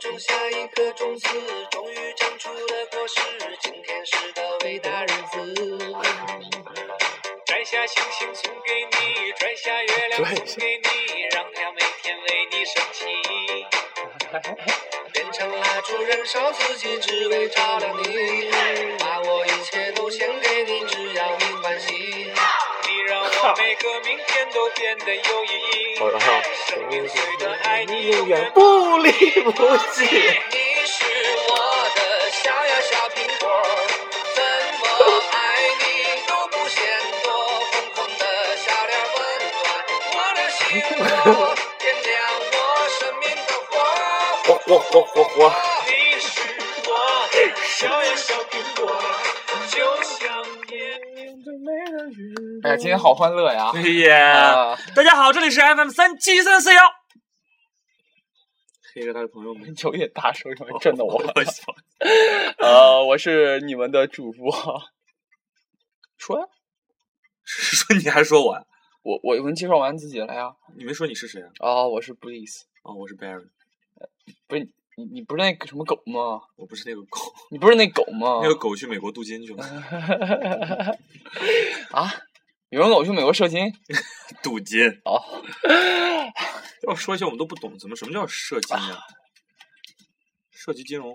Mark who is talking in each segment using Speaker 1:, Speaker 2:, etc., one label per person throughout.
Speaker 1: 种下一颗种子，终于长出了果实。今天是个伟大日子，摘下星星送给你，摘下月亮送给你，让它每天为你升起。变成蜡烛燃烧自己，只为照亮你。把我一切都献给你，只要你欢喜。你让我每个明天都变得有意义。
Speaker 2: 好的哈
Speaker 1: 生命虽短，爱你
Speaker 2: 嗯你永
Speaker 1: 永
Speaker 2: 远
Speaker 1: 远
Speaker 2: 不离不弃。
Speaker 1: 你是我的小呀小苹果，怎么爱你都不嫌多。疯狂的小脸温暖我的心窝，点亮我生命的火。
Speaker 2: 火火火火火！
Speaker 1: 你是我的小呀小苹果，就像烟。
Speaker 3: 哎呀，今天好欢乐呀！
Speaker 4: 哎 呀，
Speaker 3: 啊，
Speaker 4: 大家好，这里是 FM 三七三四幺。黑哥他的朋友 们，
Speaker 3: 有点大声，有点震得 我。
Speaker 4: 我
Speaker 3: 呃，我是你们的主播说呀，
Speaker 4: 说你还说我呀？
Speaker 3: 我我已经介绍完自己了呀。
Speaker 4: 你没说你是谁啊？
Speaker 3: 啊，我是 Breeze，
Speaker 4: 哦，我是 Barry，
Speaker 3: 不是你，你不是那个什么狗吗？
Speaker 4: 我不是那个狗，
Speaker 3: 你不是那狗吗？
Speaker 4: 那个狗去美国镀金去了，
Speaker 3: 啊，有人狗去美国射精？
Speaker 4: 镀金。
Speaker 3: 哦，
Speaker 4: 要说一些我们都不懂，怎么什么叫涉金
Speaker 3: 啊
Speaker 4: 呀？涉及金融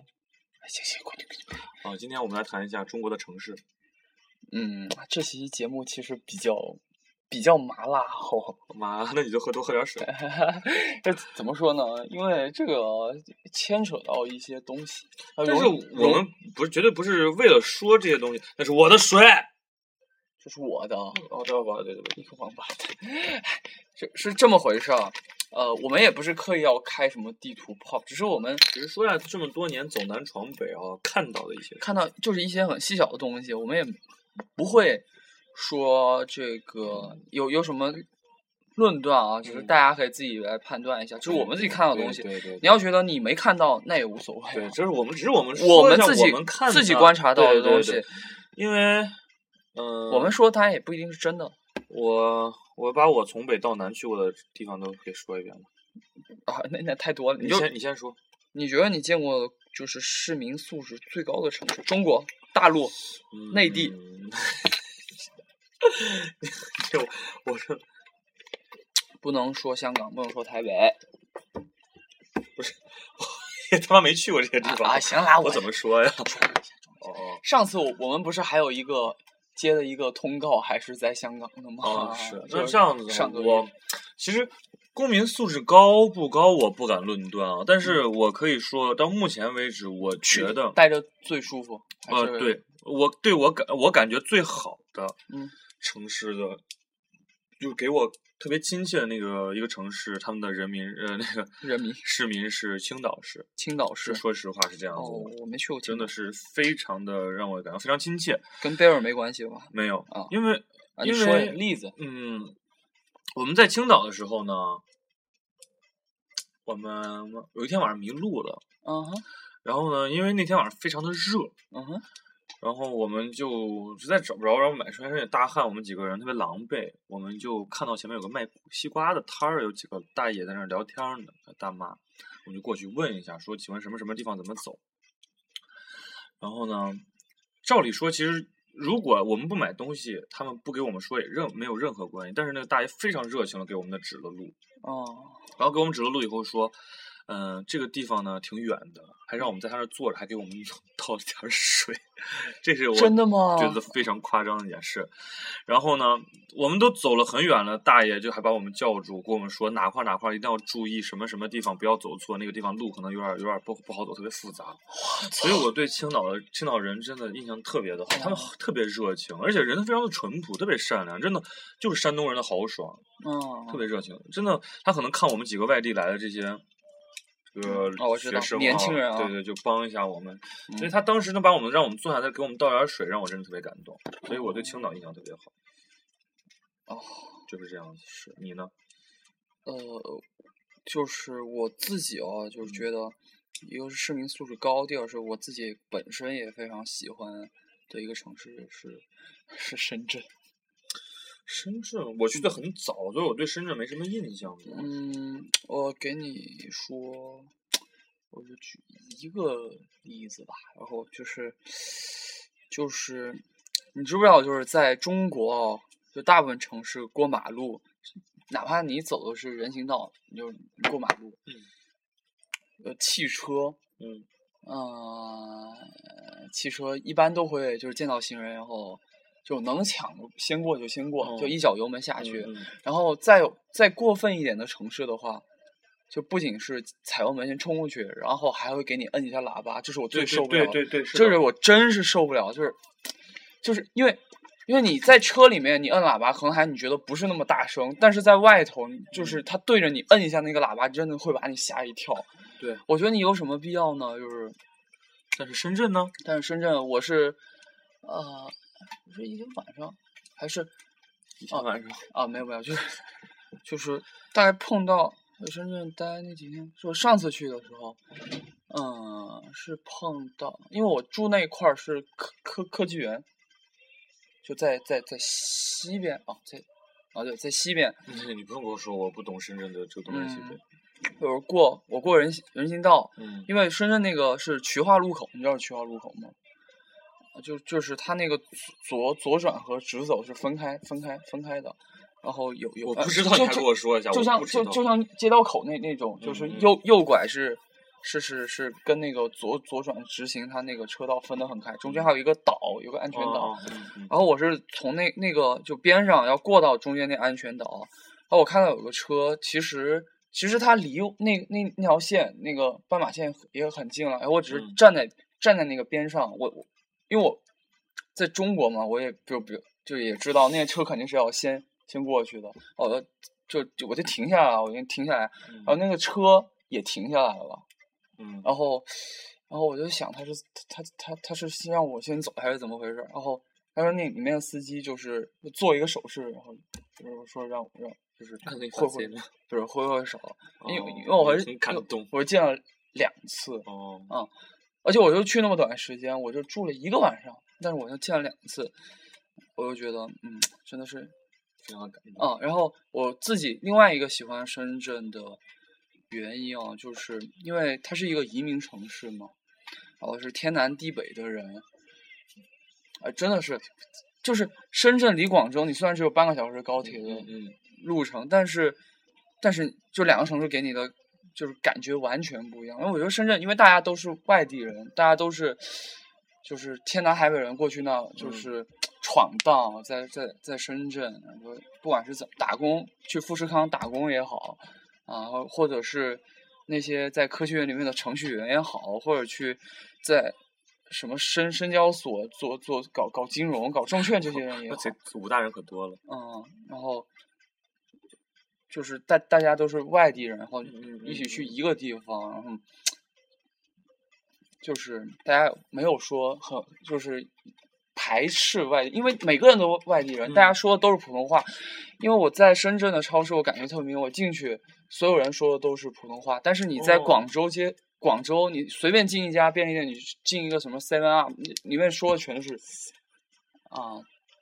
Speaker 3: 行行，快点快点。
Speaker 4: 啊！今天我们来谈一下中国的城市。
Speaker 3: 嗯，这期节目其实比较比较麻辣哦。
Speaker 4: 妈， 那你就喝多喝点水。
Speaker 3: 这怎么说呢？因为这个牵扯到一些东西，呃
Speaker 4: 但是
Speaker 3: 容
Speaker 4: 我
Speaker 3: 容
Speaker 4: 们不是绝对不是为了说这些东西，那是我的水。
Speaker 3: 这是我的。啊
Speaker 4: 哦，对吧？对对对，
Speaker 3: 一个王八蛋， 是是这么回事啊。呃，我们也不是刻意要开什么地图炮，只是我们
Speaker 4: 只是说呀，这么多年走南闯北啊，看到的一些。
Speaker 3: 看到就是一些很细小的东西，我们也不会说这个有有什么论断啊，只是
Speaker 4: 嗯
Speaker 3: 大家可以自己来判断一下，就是我们自己看到的东西。
Speaker 4: 对对对
Speaker 3: 你要觉得你没看到，那也无所谓啊。
Speaker 4: 对，这是我们，只是我们
Speaker 3: 我
Speaker 4: 说一
Speaker 3: 们
Speaker 4: 下
Speaker 3: 自己
Speaker 4: 我们看
Speaker 3: 自己
Speaker 4: 到
Speaker 3: 观察到的
Speaker 4: 对对
Speaker 3: 东西，
Speaker 4: 对因为，嗯，
Speaker 3: 我们说它也不一定是真的
Speaker 4: 我我把我从北到南去过的地方都给说一遍吧。
Speaker 3: 啊。那那太多了，你
Speaker 4: 你
Speaker 3: 就
Speaker 4: 先你先说，
Speaker 3: 你觉得你见过的就是市民素质最高的城市，中国大陆内 地
Speaker 4: 嗯这我我是
Speaker 3: 不能说香港，不能说台北。
Speaker 4: 也他妈没去过这些地方
Speaker 3: 啊，行啦，
Speaker 4: 我怎么说呀？ 哦
Speaker 3: 上次我我们不是还有一个接了一个通告，还是在香港的吗？
Speaker 4: 哦，是
Speaker 3: 就
Speaker 4: 那这样子啊，
Speaker 3: 啊上个
Speaker 4: 我
Speaker 3: 月
Speaker 4: 其实公民素质高不高，我不敢论断啊，
Speaker 3: 嗯
Speaker 4: 但是我可以说到目前为止，我觉得
Speaker 3: 待着最舒服。还
Speaker 4: 呃，
Speaker 3: 是，
Speaker 4: 对我对我感我感觉最好的
Speaker 3: 嗯
Speaker 4: 城市的，就给我特别亲切的那个一个城市，他们的人民呃那个
Speaker 3: 人民
Speaker 4: 市民是青岛市，
Speaker 3: 青岛
Speaker 4: 是
Speaker 3: 市
Speaker 4: 说实话是这样
Speaker 3: 哦
Speaker 4: 子的，，
Speaker 3: 我没去过青
Speaker 4: 真
Speaker 3: 岛，
Speaker 4: 的是非常的让我感到非常亲切。
Speaker 3: 跟贝尔没关系吧？
Speaker 4: 没有，
Speaker 3: 啊
Speaker 4: 因为
Speaker 3: 啊，
Speaker 4: 因
Speaker 3: 你说
Speaker 4: 为
Speaker 3: 例子，
Speaker 4: 嗯，我们在青岛的时候呢，我们有一天晚上迷路了，
Speaker 3: 嗯哼，
Speaker 4: 然后呢，因为那天晚上非常的热，
Speaker 3: 嗯哼，
Speaker 4: 然后我们就实在找不着，然后满身是大汗，我们几个人特别狼狈，我们就看到前面有个卖西瓜的摊儿，有几个大爷在那儿聊天儿呢，大妈，我们就过去问一下，说请问什么什么地方怎么走？然后呢，照理说，其实如果我们不买东西，他们不给我们说也任没有任何关系，但是那个大爷非常热情的给我们的指了路，
Speaker 3: 哦，
Speaker 4: 然后给我们指了路以后说，嗯、这个地方呢挺远的，还让我们在他那儿坐着，还给我们 倒了点儿水，这是我
Speaker 3: 真的吗？
Speaker 4: 觉得非常夸张的一件事。然后呢，我们都走了很远了，大爷就还把我们叫住，跟我们说哪块哪块一定要注意什么什么地方不要走错，那个地方路可能有点有点不不好走，特别复杂。所以我对青岛的青岛人真的印象特别的好，他
Speaker 3: 嗯
Speaker 4: 们特别热情，而且人非常的淳朴，特别善良，真的就是山东人的豪爽。
Speaker 3: 嗯，
Speaker 4: 特别热情，真的，他可能看我们几个外地来的这些，这个
Speaker 3: 哦我知
Speaker 4: 学
Speaker 3: 道
Speaker 4: 生、
Speaker 3: 年轻人啊
Speaker 4: 对对，就帮一下我们，所以
Speaker 3: 嗯
Speaker 4: 他当时能把我们让我们坐下来，给我们倒点水，让我真的特别感动，所以我对青岛印象特别好，
Speaker 3: 哦，
Speaker 4: 就是这样子。是你呢？
Speaker 3: 呃，就是我自己哦，就是觉得，一个是市民素质高，第二是我自己本身也非常喜欢的一个城市是是深圳。
Speaker 4: 深圳，我去的很早，所
Speaker 3: 嗯
Speaker 4: 以我对深圳没什么印象。
Speaker 3: 嗯，我给你说，我就举一个例子吧，然后就是就是你知不知道，就是在中国啊，就大部分城市过马路，哪怕你走的是人行道，你就过马路，呃，汽车，
Speaker 4: 嗯，
Speaker 3: 呃，汽车一般都会就是见到行人，然后就能抢先过就先过，就
Speaker 4: 嗯
Speaker 3: 一脚油门下去，
Speaker 4: 嗯嗯
Speaker 3: 然后再有再过分一点的城市的话，就不仅是踩油门先冲过去，然后还会给你摁一下喇叭，这是我最
Speaker 4: 对
Speaker 3: 受
Speaker 4: 对
Speaker 3: 不了
Speaker 4: 对
Speaker 3: 的。
Speaker 4: 对 对，
Speaker 3: 这
Speaker 4: 的
Speaker 3: 是我真是受不了，就是就是因为因为你在车里面你摁喇叭，可能还你觉得不是那么大声，但是在外头
Speaker 4: 嗯
Speaker 3: 就是他对着你摁一下那个喇叭，真的会把你吓一跳。
Speaker 4: 对，
Speaker 3: 我觉得你有什么必要呢？就是
Speaker 4: 但是深圳呢？
Speaker 3: 但是深圳我是呃，我是一天晚上还是
Speaker 4: 一天晚上
Speaker 3: 啊，没有没有，就是就是大概碰到在深圳待那几天，是我上次去的时候，嗯，是碰到，因为我住那块儿是科科科技园，就在在在西边啊，在啊对，在西边，
Speaker 4: 你你不用跟我说，我不懂深圳的这个东西。
Speaker 3: 嗯
Speaker 4: 对，
Speaker 3: 就是过我过人行人行道，
Speaker 4: 嗯
Speaker 3: 因为深圳那个是渠化路口，你知道渠化路口吗？啊就就是它那个左左转和直走是分开分开分开的，然后有有
Speaker 4: 我
Speaker 3: 呃
Speaker 4: 不知道，
Speaker 3: 就
Speaker 4: 你还
Speaker 3: 就
Speaker 4: 跟我说一下，
Speaker 3: 就
Speaker 4: 我
Speaker 3: 像
Speaker 4: 不知
Speaker 3: 就
Speaker 4: 道
Speaker 3: 就像街道口那那种，就是
Speaker 4: 嗯嗯
Speaker 3: 右右拐是是是是跟那个左左转直行，它那个车道分得很开，中间还有一个岛，有个安全岛。
Speaker 4: 哦嗯嗯
Speaker 3: 然后我是从那那个就边上要过到中间那安全岛，然后我看到有个车，其实其实它离那那那条线那个斑马线也很近了，然后我只是
Speaker 4: 嗯
Speaker 3: 站在、站在那个边上，我我因为我在中国嘛，我也就不就也知道那个车肯定是要先先过去的，哦，就就我就停下来了，我就停下来，然后那个车也停下来了，
Speaker 4: 嗯
Speaker 3: 然后，然后我就想他是他他他是先让我先走还是怎么回事儿？然后他说那里面的司机就是做一个手势，然后就是说让我让 就是
Speaker 4: 看那个
Speaker 3: 挥
Speaker 4: 发
Speaker 3: 挥
Speaker 4: 现了
Speaker 3: 不是挥挥手，因为
Speaker 4: 哦
Speaker 3: 因为我还是
Speaker 4: 挺感
Speaker 3: 因为
Speaker 4: 动
Speaker 3: 我是见了两次，
Speaker 4: 哦，
Speaker 3: 而且我就去那么短时间，我就住了一个晚上，但是我就见了两次，我就觉得嗯，真的是
Speaker 4: 非常感动。
Speaker 3: 啊，然后我自己另外一个喜欢深圳的原因啊，就是因为它是一个移民城市嘛，然后是天南地北的人，啊，真的是，就是深圳离广州，你虽然只有半个小时高铁的
Speaker 4: 嗯嗯，
Speaker 3: 路程，但是，但是就两个城市给你的就是感觉完全不一样。因为我觉得深圳，因为大家都是外地人，大家都是就是天南海北人过去那，就
Speaker 4: 嗯
Speaker 3: 是闯荡，在在在深圳，然后不管是怎打工，去富士康打工也好，啊，或或者是那些在科学院里面的程序员也好，或者去在。什么深深交所做做搞搞金融、搞证券这些人也
Speaker 4: 那
Speaker 3: 好
Speaker 4: 这，武大人可多了。
Speaker 3: 嗯，然后就是大大家都是外地人，然后
Speaker 4: 嗯
Speaker 3: 一起
Speaker 4: 嗯
Speaker 3: 去
Speaker 4: 嗯
Speaker 3: 一个地方，然后就是大家没有说很就是排斥外地，因为每个人都外地人，大
Speaker 4: 嗯
Speaker 3: 家说的都是普通话。因为我在深圳的超市，我感觉特别明，我进去所有人说的都是普通话，但是你在
Speaker 4: 哦
Speaker 3: 广州街。广州，你随便进一家便利店，你去进一个什么 Seven Up，里里面说的全是，啊，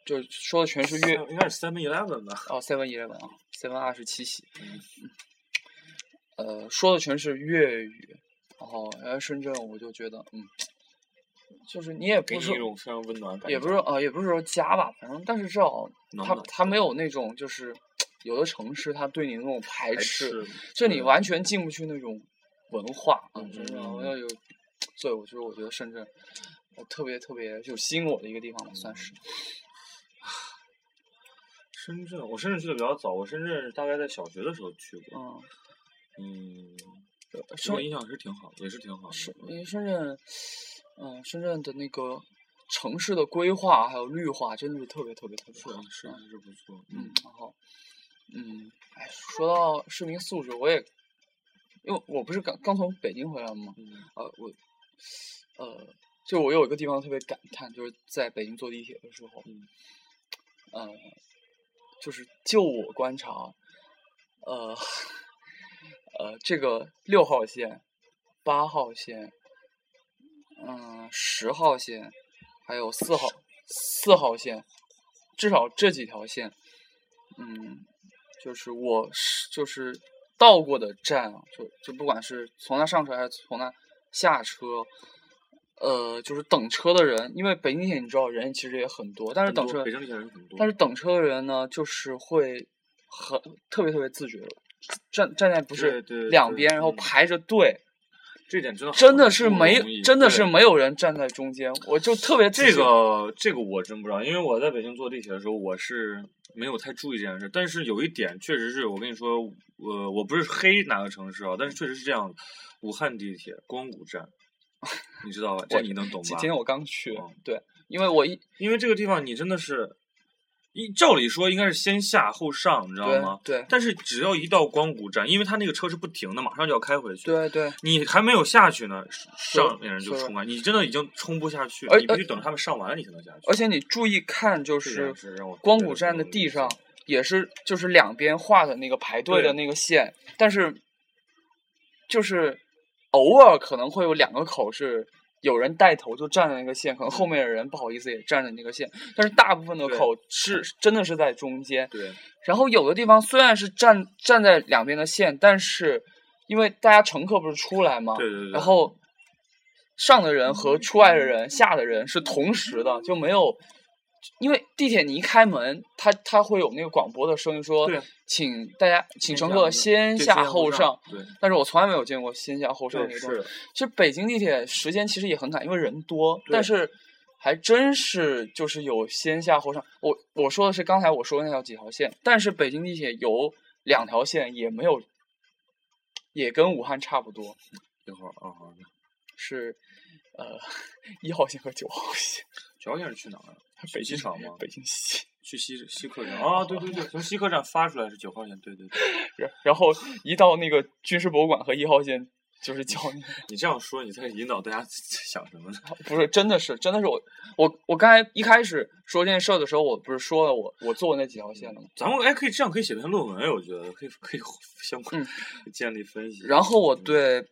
Speaker 3: 就说的全是粤
Speaker 4: 应该是 Seven Eleven 吧？
Speaker 3: 哦，seven eleven 啊，seven 二十七喜，嗯
Speaker 4: 嗯
Speaker 3: 呃，说的全是粤语，然后来深圳我就觉得，嗯，就是你也
Speaker 4: 给
Speaker 3: 不
Speaker 4: 你
Speaker 3: 是
Speaker 4: 一，种非常温暖的感觉。
Speaker 3: 也不是啊、也不是说家吧，反正但是至少
Speaker 4: 暖
Speaker 3: 他
Speaker 4: 暖
Speaker 3: 他没有那种就是有的城市他对你那种排
Speaker 4: 排
Speaker 3: 斥，
Speaker 4: 斥，
Speaker 3: 就你
Speaker 4: 对
Speaker 3: 完全进不去那种文化啊，
Speaker 4: 嗯
Speaker 3: 真的，
Speaker 4: 嗯
Speaker 3: 我
Speaker 4: 嗯
Speaker 3: 要有，所以我就是我觉得深圳，呃特别特别就吸引我的一个地方吧，算是，
Speaker 4: 深圳，我深圳去的比较早，我深圳大概在小学的时候去过。
Speaker 3: 嗯，
Speaker 4: 嗯，
Speaker 3: 深
Speaker 4: 深圳印象是挺好，也是挺好的。
Speaker 3: 深，因为深圳，嗯、深圳的那个城市的规划还有绿化，真的是特别特别特别
Speaker 4: 是
Speaker 3: 好。
Speaker 4: 啊，是啊是不错。
Speaker 3: 嗯，然后，嗯，哎，说到市民素质，我也，因为我不是刚刚从北京回来嘛，
Speaker 4: 嗯
Speaker 3: 呃，我，呃，就我有一个地方特别感叹，就是在北京坐地铁的时候，
Speaker 4: 嗯
Speaker 3: 呃，就是就我观察，呃， 呃，这个六号线、八号线，嗯、十号线，还有四号四号线，至少这几条线，嗯，就是我是就是到过的站啊，就就不管是从那上车还是从那下车，呃，就是等车的人，因为北京地铁你知道人其实也很多，但是
Speaker 4: 很
Speaker 3: 等
Speaker 4: 多
Speaker 3: 车
Speaker 4: 北京地铁人很多
Speaker 3: 但是等车的人呢，就是会很特别特别自觉，站站在不是
Speaker 4: 对对
Speaker 3: 两
Speaker 4: 对
Speaker 3: 边，然后
Speaker 4: 嗯
Speaker 3: 排着队，
Speaker 4: 这点真的
Speaker 3: 真
Speaker 4: 的
Speaker 3: 的是没真的是没有人站在中间，我就特别自
Speaker 4: 这
Speaker 3: 信
Speaker 4: 个这个我真不知道，因为我在北京坐地铁的时候，我是没有太注意这件事。但是有一点确实是我跟你说，呃，我不是黑哪个城市啊，但是确实是这样的。武汉地铁光谷 站，你知道吧？这
Speaker 3: 我
Speaker 4: 你能懂
Speaker 3: 今
Speaker 4: 吧？
Speaker 3: 今天我刚去
Speaker 4: 嗯，
Speaker 3: 对，因为我一
Speaker 4: 因为这个地方你真的是，一照理说应该是先下后上，你知道
Speaker 3: 对
Speaker 4: 吗？
Speaker 3: 对
Speaker 4: 但是只要一到光谷站，因为他那个车是不停的，马上就要开回去。
Speaker 3: 对对，
Speaker 4: 你还没有下去呢，上面人就是冲啊！你真的已经冲不下去，
Speaker 3: 而
Speaker 4: 你必须等他们上完了你才能下去。
Speaker 3: 而且你注意看，就
Speaker 4: 这
Speaker 3: 是
Speaker 4: 点是让我特
Speaker 3: 光
Speaker 4: 别
Speaker 3: 谷
Speaker 4: 的
Speaker 3: 站
Speaker 4: 不
Speaker 3: 的
Speaker 4: 能
Speaker 3: 地
Speaker 4: 理解
Speaker 3: 上也是就是两边画的那个排队的
Speaker 4: 对
Speaker 3: 那个线，但是就是偶尔可能会有两个口是。有人带头就站在那个线，可能后面的人不好意思也站在那个线，但是大部分的
Speaker 4: 嗯对
Speaker 3: 口是真的是在中间，
Speaker 4: 对，
Speaker 3: 然后有的地方虽然是站站在两边的线，但是因为大家乘客不是出来嘛，
Speaker 4: 对对对
Speaker 3: 然后上的人和出来的人、下的人是同时的，就没有。因为地铁你一开门，它它会有那个广播的声音说
Speaker 4: 对啊，
Speaker 3: 请大家请
Speaker 4: 先
Speaker 3: 乘
Speaker 4: 下
Speaker 3: 客
Speaker 4: 后
Speaker 3: 先
Speaker 4: 对
Speaker 3: 下
Speaker 4: 先
Speaker 3: 后
Speaker 4: 后
Speaker 3: 上
Speaker 4: 上。对
Speaker 3: 但是我从来没有见过先下后上这
Speaker 4: 对
Speaker 3: 个东西。
Speaker 4: 是，
Speaker 3: 其实北京地铁时间其实也很赶，因为人多，
Speaker 4: 对
Speaker 3: 但是还真是就是有先下后上。我我说的是刚才我说的那条几条线，但是北京地铁有两条线也没有，也跟武汉差不多，
Speaker 4: 一会儿啊，好的
Speaker 3: 是呃一号线和九号线，
Speaker 4: 主要线是去哪儿啊？
Speaker 3: 北
Speaker 4: 机
Speaker 3: 京
Speaker 4: 场吗
Speaker 3: 北京西。
Speaker 4: 去西西客站啊？对对对，从西客站发出来是九号线，对对对。
Speaker 3: 然然后一到那个军事博物馆和一号线。就是叫你，
Speaker 4: 你这样说，你在引导大家 想什么呢？
Speaker 3: 不是，真的是，真的是我，我我刚才一开始说这件事儿的时候，我不是说了我我坐那几条线了吗？
Speaker 4: 咱们哎，可以这样，可以写篇论文，我觉得可以可以相关建立分析。
Speaker 3: 嗯然后我
Speaker 4: 嗯
Speaker 3: 对，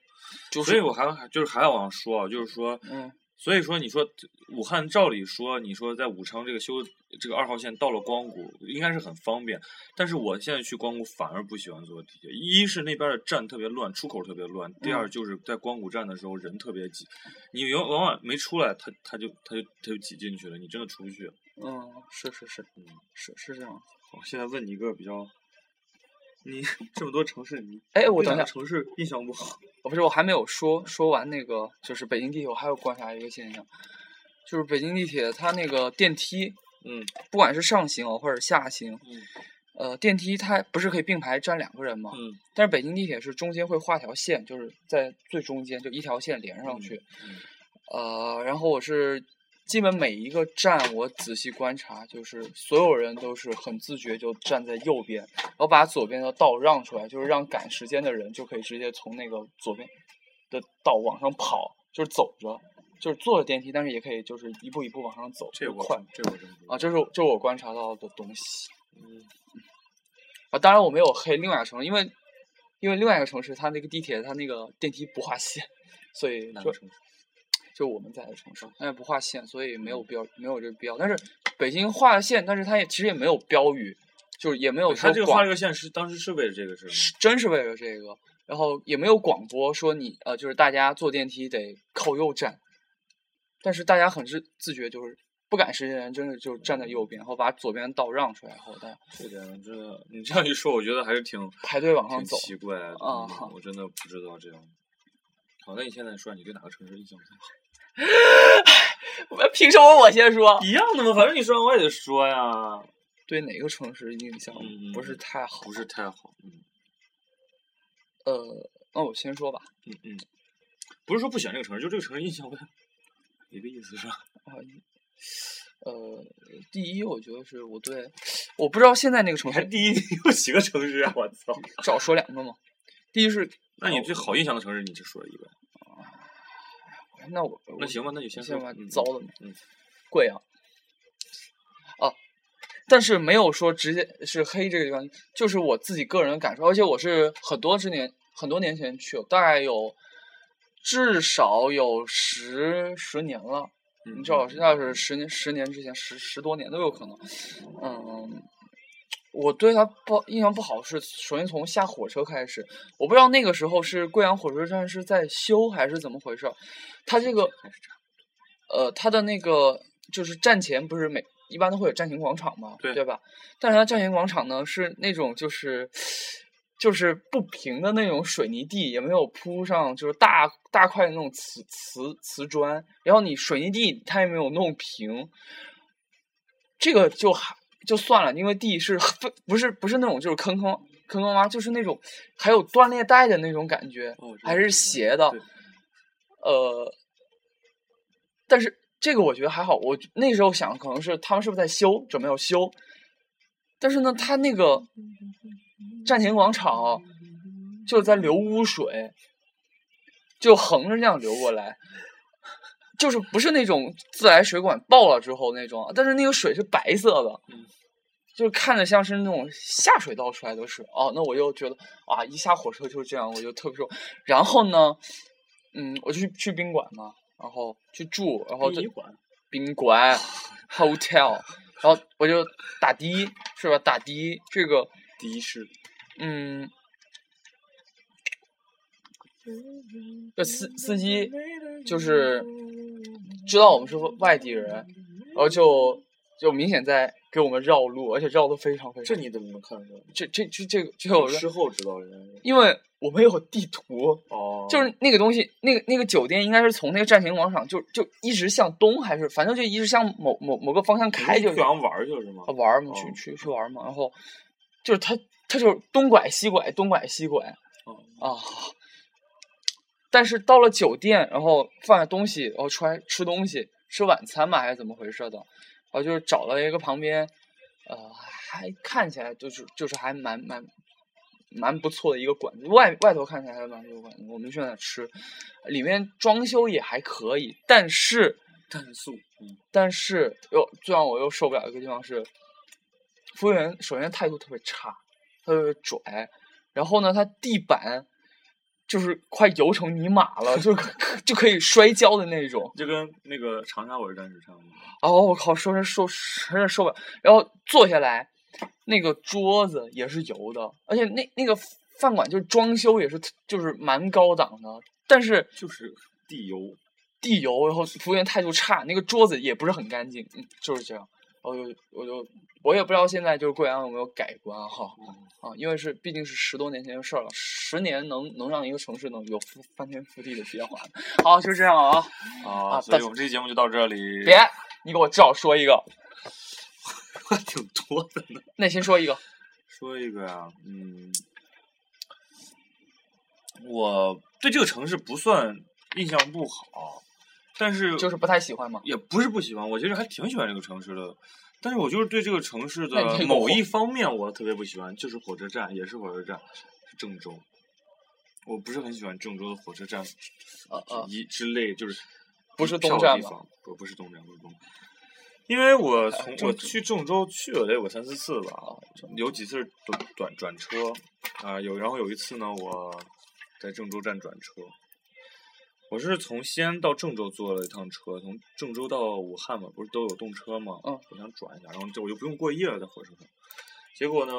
Speaker 3: 就是
Speaker 4: 所以我还还就是还要往上说啊，就是说，
Speaker 3: 嗯，
Speaker 4: 所以说你说武汉，照理说你说在武昌这个修这个二号线到了光谷应该是很方便，但是我现在去光谷反而不喜欢坐地铁，一是那边的站特别乱，出口特别乱，第二就是在光谷站的时候人特别挤，你往往往没出来，他他就他就他就挤进去了，你真的出不去。
Speaker 3: 嗯，是是是，是是这样。
Speaker 4: 我现在问你一个比较。你 这么多城市，你
Speaker 3: 哎，我
Speaker 4: 对
Speaker 3: 等一
Speaker 4: 哪个
Speaker 3: 下，
Speaker 4: 城市印象不好？
Speaker 3: 我不是我还没有说说完那个，就是北京地铁，我还有观察一个现象，就是北京地铁它那个电梯，
Speaker 4: 嗯，
Speaker 3: 不管是上行哦或者下行，
Speaker 4: 嗯
Speaker 3: 呃，电梯它不是可以并排站两个人吗？
Speaker 4: 嗯，
Speaker 3: 但是北京地铁是中间会画条线，就是在最中间就一条线连上
Speaker 4: 嗯
Speaker 3: 去。
Speaker 4: 嗯
Speaker 3: 呃，然后我是基本每一个站我仔细观察，就是所有人都是很自觉就站在右边，然后把左边的道让出来，就是让赶时间的人就可以直接从那个左边的道往上跑，就是走着，就是坐着电梯，但是也可以就是一步一步往上走，
Speaker 4: 这
Speaker 3: 就
Speaker 4: 我
Speaker 3: 快
Speaker 4: 真这我真不知道
Speaker 3: 啊，这是我这是我观察到的东西。
Speaker 4: 嗯
Speaker 3: 啊，当然我没有黑另外一个城市，因为因为另外一个城市它那个地铁它那个电梯不划线，所以
Speaker 4: 哪
Speaker 3: 就
Speaker 4: 个城市？哦
Speaker 3: 就我们在的城市，它也不划线，所以
Speaker 4: 嗯
Speaker 3: 没有标没有这个必要。但是北京划了线，但是它也其实也没有标语，就是也没有
Speaker 4: 他
Speaker 3: 说
Speaker 4: 这个画
Speaker 3: 广
Speaker 4: 这，个线是当时是为了这个事
Speaker 3: 是
Speaker 4: 吗？
Speaker 3: 真是为了这个，然后也没有广播说你呃，就是大家坐电梯得靠右站，但是大家很自自觉就是。不赶时间的人真的就站在右边，然后把左边的道让出来，然后大家
Speaker 4: 这点真的，你这样一说，我觉得还是 挺
Speaker 3: 排队往上
Speaker 4: 挺
Speaker 3: 走。
Speaker 4: 奇怪的。
Speaker 3: 啊
Speaker 4: 嗯我真的不知道这样。好，那你现在说你对哪个城市印象不好？
Speaker 3: 凭什么我先说？
Speaker 4: 一样的嘛，反正你说完我也得说呀。
Speaker 3: 对哪个城市印象
Speaker 4: 嗯
Speaker 3: 不是
Speaker 4: 嗯
Speaker 3: 太好？
Speaker 4: 不是太好，嗯
Speaker 3: 呃，那我先说吧。
Speaker 4: 嗯嗯，不是说不喜欢这个城市，就这个城市印象不太好，一个意思是吧？
Speaker 3: 呃，第一，我觉得是我对，我不知道现在那个城
Speaker 4: 你还
Speaker 3: 市，
Speaker 4: 第一 有几个城市啊？我操！
Speaker 3: 少说两个嘛。第一是，
Speaker 4: 那你最好印象的城市，你就说一个。
Speaker 3: 哎那我
Speaker 4: 那行吧，那你先说
Speaker 3: 先吧
Speaker 4: 嗯，
Speaker 3: 糟了嘛。
Speaker 4: 嗯，
Speaker 3: 贵阳。啊，但是没有说直接是黑这个地方，就是我自己个人的感受，而且我是很多之年很多年前去，大概有至少有十十年了。
Speaker 4: 嗯
Speaker 3: 你知道，要是十年、十年之前，十十多年都有可能。嗯，我对他不印象不好是，首先从下火车开始，我不知道那个时候是贵阳火车站是在修还是怎么回事儿，他这个，呃，他的那个就是站前不是每一般都会有站前广场嘛，
Speaker 4: 对
Speaker 3: 吧？但是他站前广场呢是那种就是。就是不平的那种水泥地，也没有铺上就是大大块的那种瓷瓷瓷砖，然后你水泥地它也没有弄平，这个就还就算了，因为地是非不是不是那种就是坑坑坑坑洼，就是那种还有断裂带的那种感觉，
Speaker 4: 哦这
Speaker 3: 还
Speaker 4: 个
Speaker 3: 是
Speaker 4: 知
Speaker 3: 斜
Speaker 4: 道
Speaker 3: 的
Speaker 4: 对，
Speaker 3: 呃，但是这个我觉得还好，我那时候想可能是他们是不是在修，准备要修，但是呢，他那个站前广场就是在流污水，就横着这样流过来。就是不是那种自来水管爆了之后那种，啊但是那个水是白色的，就是看着像是那种下水道出来的水哦，那我又觉得啊，一下火车就是这样，我就特别受。然后呢，嗯，我就去去宾馆嘛，然后去住，然后
Speaker 4: 殡仪
Speaker 3: 就
Speaker 4: 馆
Speaker 3: 宾馆 hotel，然后我就打的是吧？打的这个
Speaker 4: 的士
Speaker 3: 嗯，这司司机就是知道我们是外地人，然后就就明显在给我们绕路，而且绕的非常非常。
Speaker 4: 这你怎么能看出 来？
Speaker 3: 这这这这个这个我
Speaker 4: 事
Speaker 3: 说，
Speaker 4: 后知道人家
Speaker 3: 因为我们有地图，
Speaker 4: 哦，
Speaker 3: 就是那个东西，那个那个酒店应该是从那个站前广场就就一直向东，还是反正就一直向某某某个方向
Speaker 4: 你
Speaker 3: 开
Speaker 4: 去
Speaker 3: 就
Speaker 4: 贵
Speaker 3: 是。
Speaker 4: 阳玩儿去了是吗
Speaker 3: 啊？玩儿嘛，去
Speaker 4: 哦
Speaker 3: 去去玩儿嘛，然后就是他他就是东拐西拐，东拐西拐
Speaker 4: 哦，
Speaker 3: 啊。但是到了酒店，然后放下东西，然后出来吃东西，吃晚餐嘛还是怎么回事的？然后就是找了一个旁边，呃，还看起来就是就是还蛮蛮蛮不错的一个馆子，外外头看起来还蛮不错的馆子，我们去那吃，里面装修也还可以，但是。
Speaker 4: 碳素，嗯，
Speaker 3: 但是又最让我又受不了一个地方是，服务员首先态度特别差，他特别拽，然后呢，他地板就是快油成泥马了，就就可以摔跤的那种。
Speaker 4: 就跟那个长沙我是战士差不多。
Speaker 3: 哦，我靠，受真受真是受不了。然后坐下来，那个桌子也是油的，而且那那个饭馆就是装修也是就是蛮高档的，但是
Speaker 4: 就是地油，
Speaker 3: 地油，然后服务员态度差，那个桌子也不是很干净，嗯，就是这样。我就我就我也不知道现在就是贵阳有没有改观哈
Speaker 4: 嗯
Speaker 3: 啊，因为是毕竟是十多年前的事儿了，十年能能让一个城市能有覆翻天覆地的变化。好，就这样啊，
Speaker 4: 啊，
Speaker 3: 啊
Speaker 4: 所
Speaker 3: 但
Speaker 4: 以我们这期节目就到这里。
Speaker 3: 别，你给我至少说一个，
Speaker 4: 还挺多的呢。
Speaker 3: 那先说一个，
Speaker 4: 说一个呀、嗯，我对这个城市不算印象不好，但是
Speaker 3: 就是不太喜欢嘛。
Speaker 4: 也不是不喜欢，我其实还挺喜欢这个城市的，但是我就是对这个城市
Speaker 3: 那你
Speaker 4: 的
Speaker 3: 这个
Speaker 4: 某
Speaker 3: 火
Speaker 4: 一方面我特别不喜欢，就是火车站，也是火车站，是郑州。我不是很喜欢郑州的火车站
Speaker 3: 呃呃
Speaker 4: 一之类，就是
Speaker 3: 不
Speaker 4: 一
Speaker 3: 是东
Speaker 4: 票
Speaker 3: 站
Speaker 4: 的地
Speaker 3: 吧嗯哎
Speaker 4: 方，不不是东站，不是东站。因为我从
Speaker 3: 郑
Speaker 4: 我
Speaker 3: 州
Speaker 4: 去郑州去了得有三四次吧，有几次是短短转车啊、有然后有一次呢，我在郑州站转车，我是从西安到郑州坐了一趟车，从郑州到武汉嘛，不是都有动车嘛，
Speaker 3: 嗯
Speaker 4: 我想转一下，然后这我就不用过夜了，在火车上。结果呢，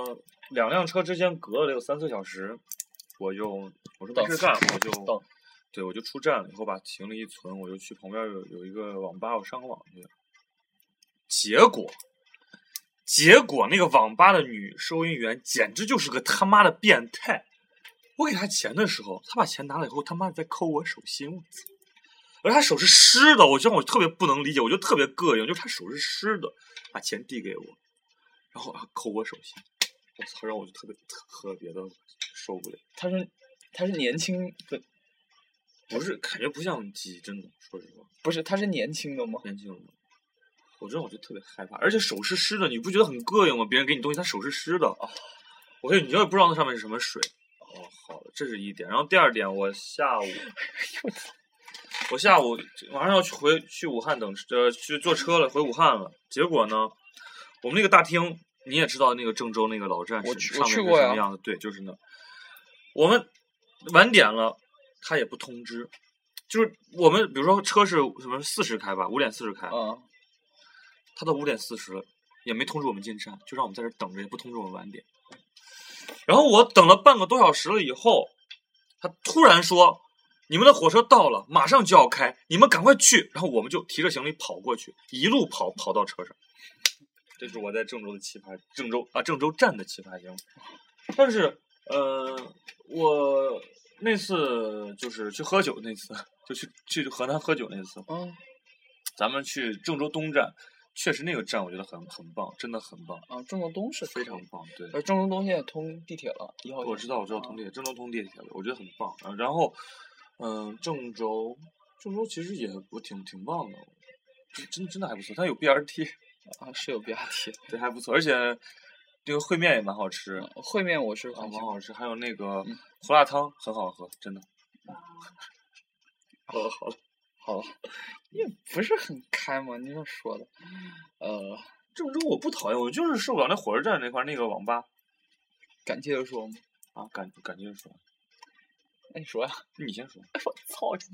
Speaker 4: 两辆车之间隔了得有三四小时，我就我说没事儿干，我就
Speaker 3: 等
Speaker 4: 对，我就出站了以后把行李一存，我就去旁边有有一个网吧，我上个网去。结果，结果那个网吧的女收银员简直就是个他妈的变态。我给她钱的时候，她把钱拿了以后，他妈的在抠我手心，我操！而她手是湿的，我就让我特别不能理解，我就特别膈应，就是她手是湿的，把钱递给我，然后啊抠我手心，我操，让我就特别特别的受不了。
Speaker 3: 他是他是年轻的，
Speaker 4: 不是，感觉不像鸡，真的，说实话，
Speaker 3: 不是他是年轻的吗？
Speaker 4: 年轻人，我知道，我就特别害怕，而且手是湿的，你不觉得很膈应吗？别人给你东西，他手是湿的，
Speaker 3: 哦
Speaker 4: 我跟你，你也不知道那上面是什么水。哦，好的，这是一点。然后第二点，我下午，我下午马上要去回去武汉等呃去坐车了，回武汉了。结果呢，我们那个大厅你也知道，那个郑州那个老站
Speaker 3: 我
Speaker 4: 是
Speaker 3: 去我
Speaker 4: 上面
Speaker 3: 去
Speaker 4: 是
Speaker 3: 过
Speaker 4: 什
Speaker 3: 呀
Speaker 4: 么样子？对，就是那。我们晚点了，他也不通知。就是我们，比如说车是什么四十开吧，五点四十开，
Speaker 3: 啊，
Speaker 4: 他到五点四十了，也没通知我们进站，就让我们在这儿等着，也不通知我们晚点。然后我等了半个多小时了以后，他突然说：“你们的火车到了，马上就要开，你们赶快去。”然后我们就提着行李跑过去，一路跑跑到车上。这是我在郑州的奇葩，郑州啊，郑州站的奇葩经历。但是，呃，我那次就是去喝酒那次，就去去河南喝酒那次，
Speaker 3: 嗯
Speaker 4: 咱们去郑州东站，确实那个站我觉得很很棒，真的很棒，
Speaker 3: 啊，郑州东是可
Speaker 4: 非
Speaker 3: 以
Speaker 4: 常棒。对，
Speaker 3: 呃，郑州东现在通地铁了，一号线。
Speaker 4: 我知道，我知道
Speaker 3: 啊
Speaker 4: 通地铁，郑州通地铁了，我觉得很棒。呃然后，嗯、郑州，郑州其实也我挺挺棒的，真真真的还不错，它有 BRT，
Speaker 3: 啊，是有比亚迪。
Speaker 4: 对，还不错，而且这个烩面也蛮好吃，啊，
Speaker 3: 烩面我是很
Speaker 4: 蛮
Speaker 3: 喜欢，
Speaker 4: 好吃，还有那个
Speaker 3: 嗯
Speaker 4: 胡辣汤很好喝，真的。好了好了，
Speaker 3: 好吧，也不是很开嘛，你这说的，呃，
Speaker 4: 郑州我不讨厌，我就是受不了那火车站那块儿那个网吧
Speaker 3: 敢接着说吗？
Speaker 4: 啊，感感觉说，
Speaker 3: 哎那你说呀？
Speaker 4: 你先说，
Speaker 3: 哎我操！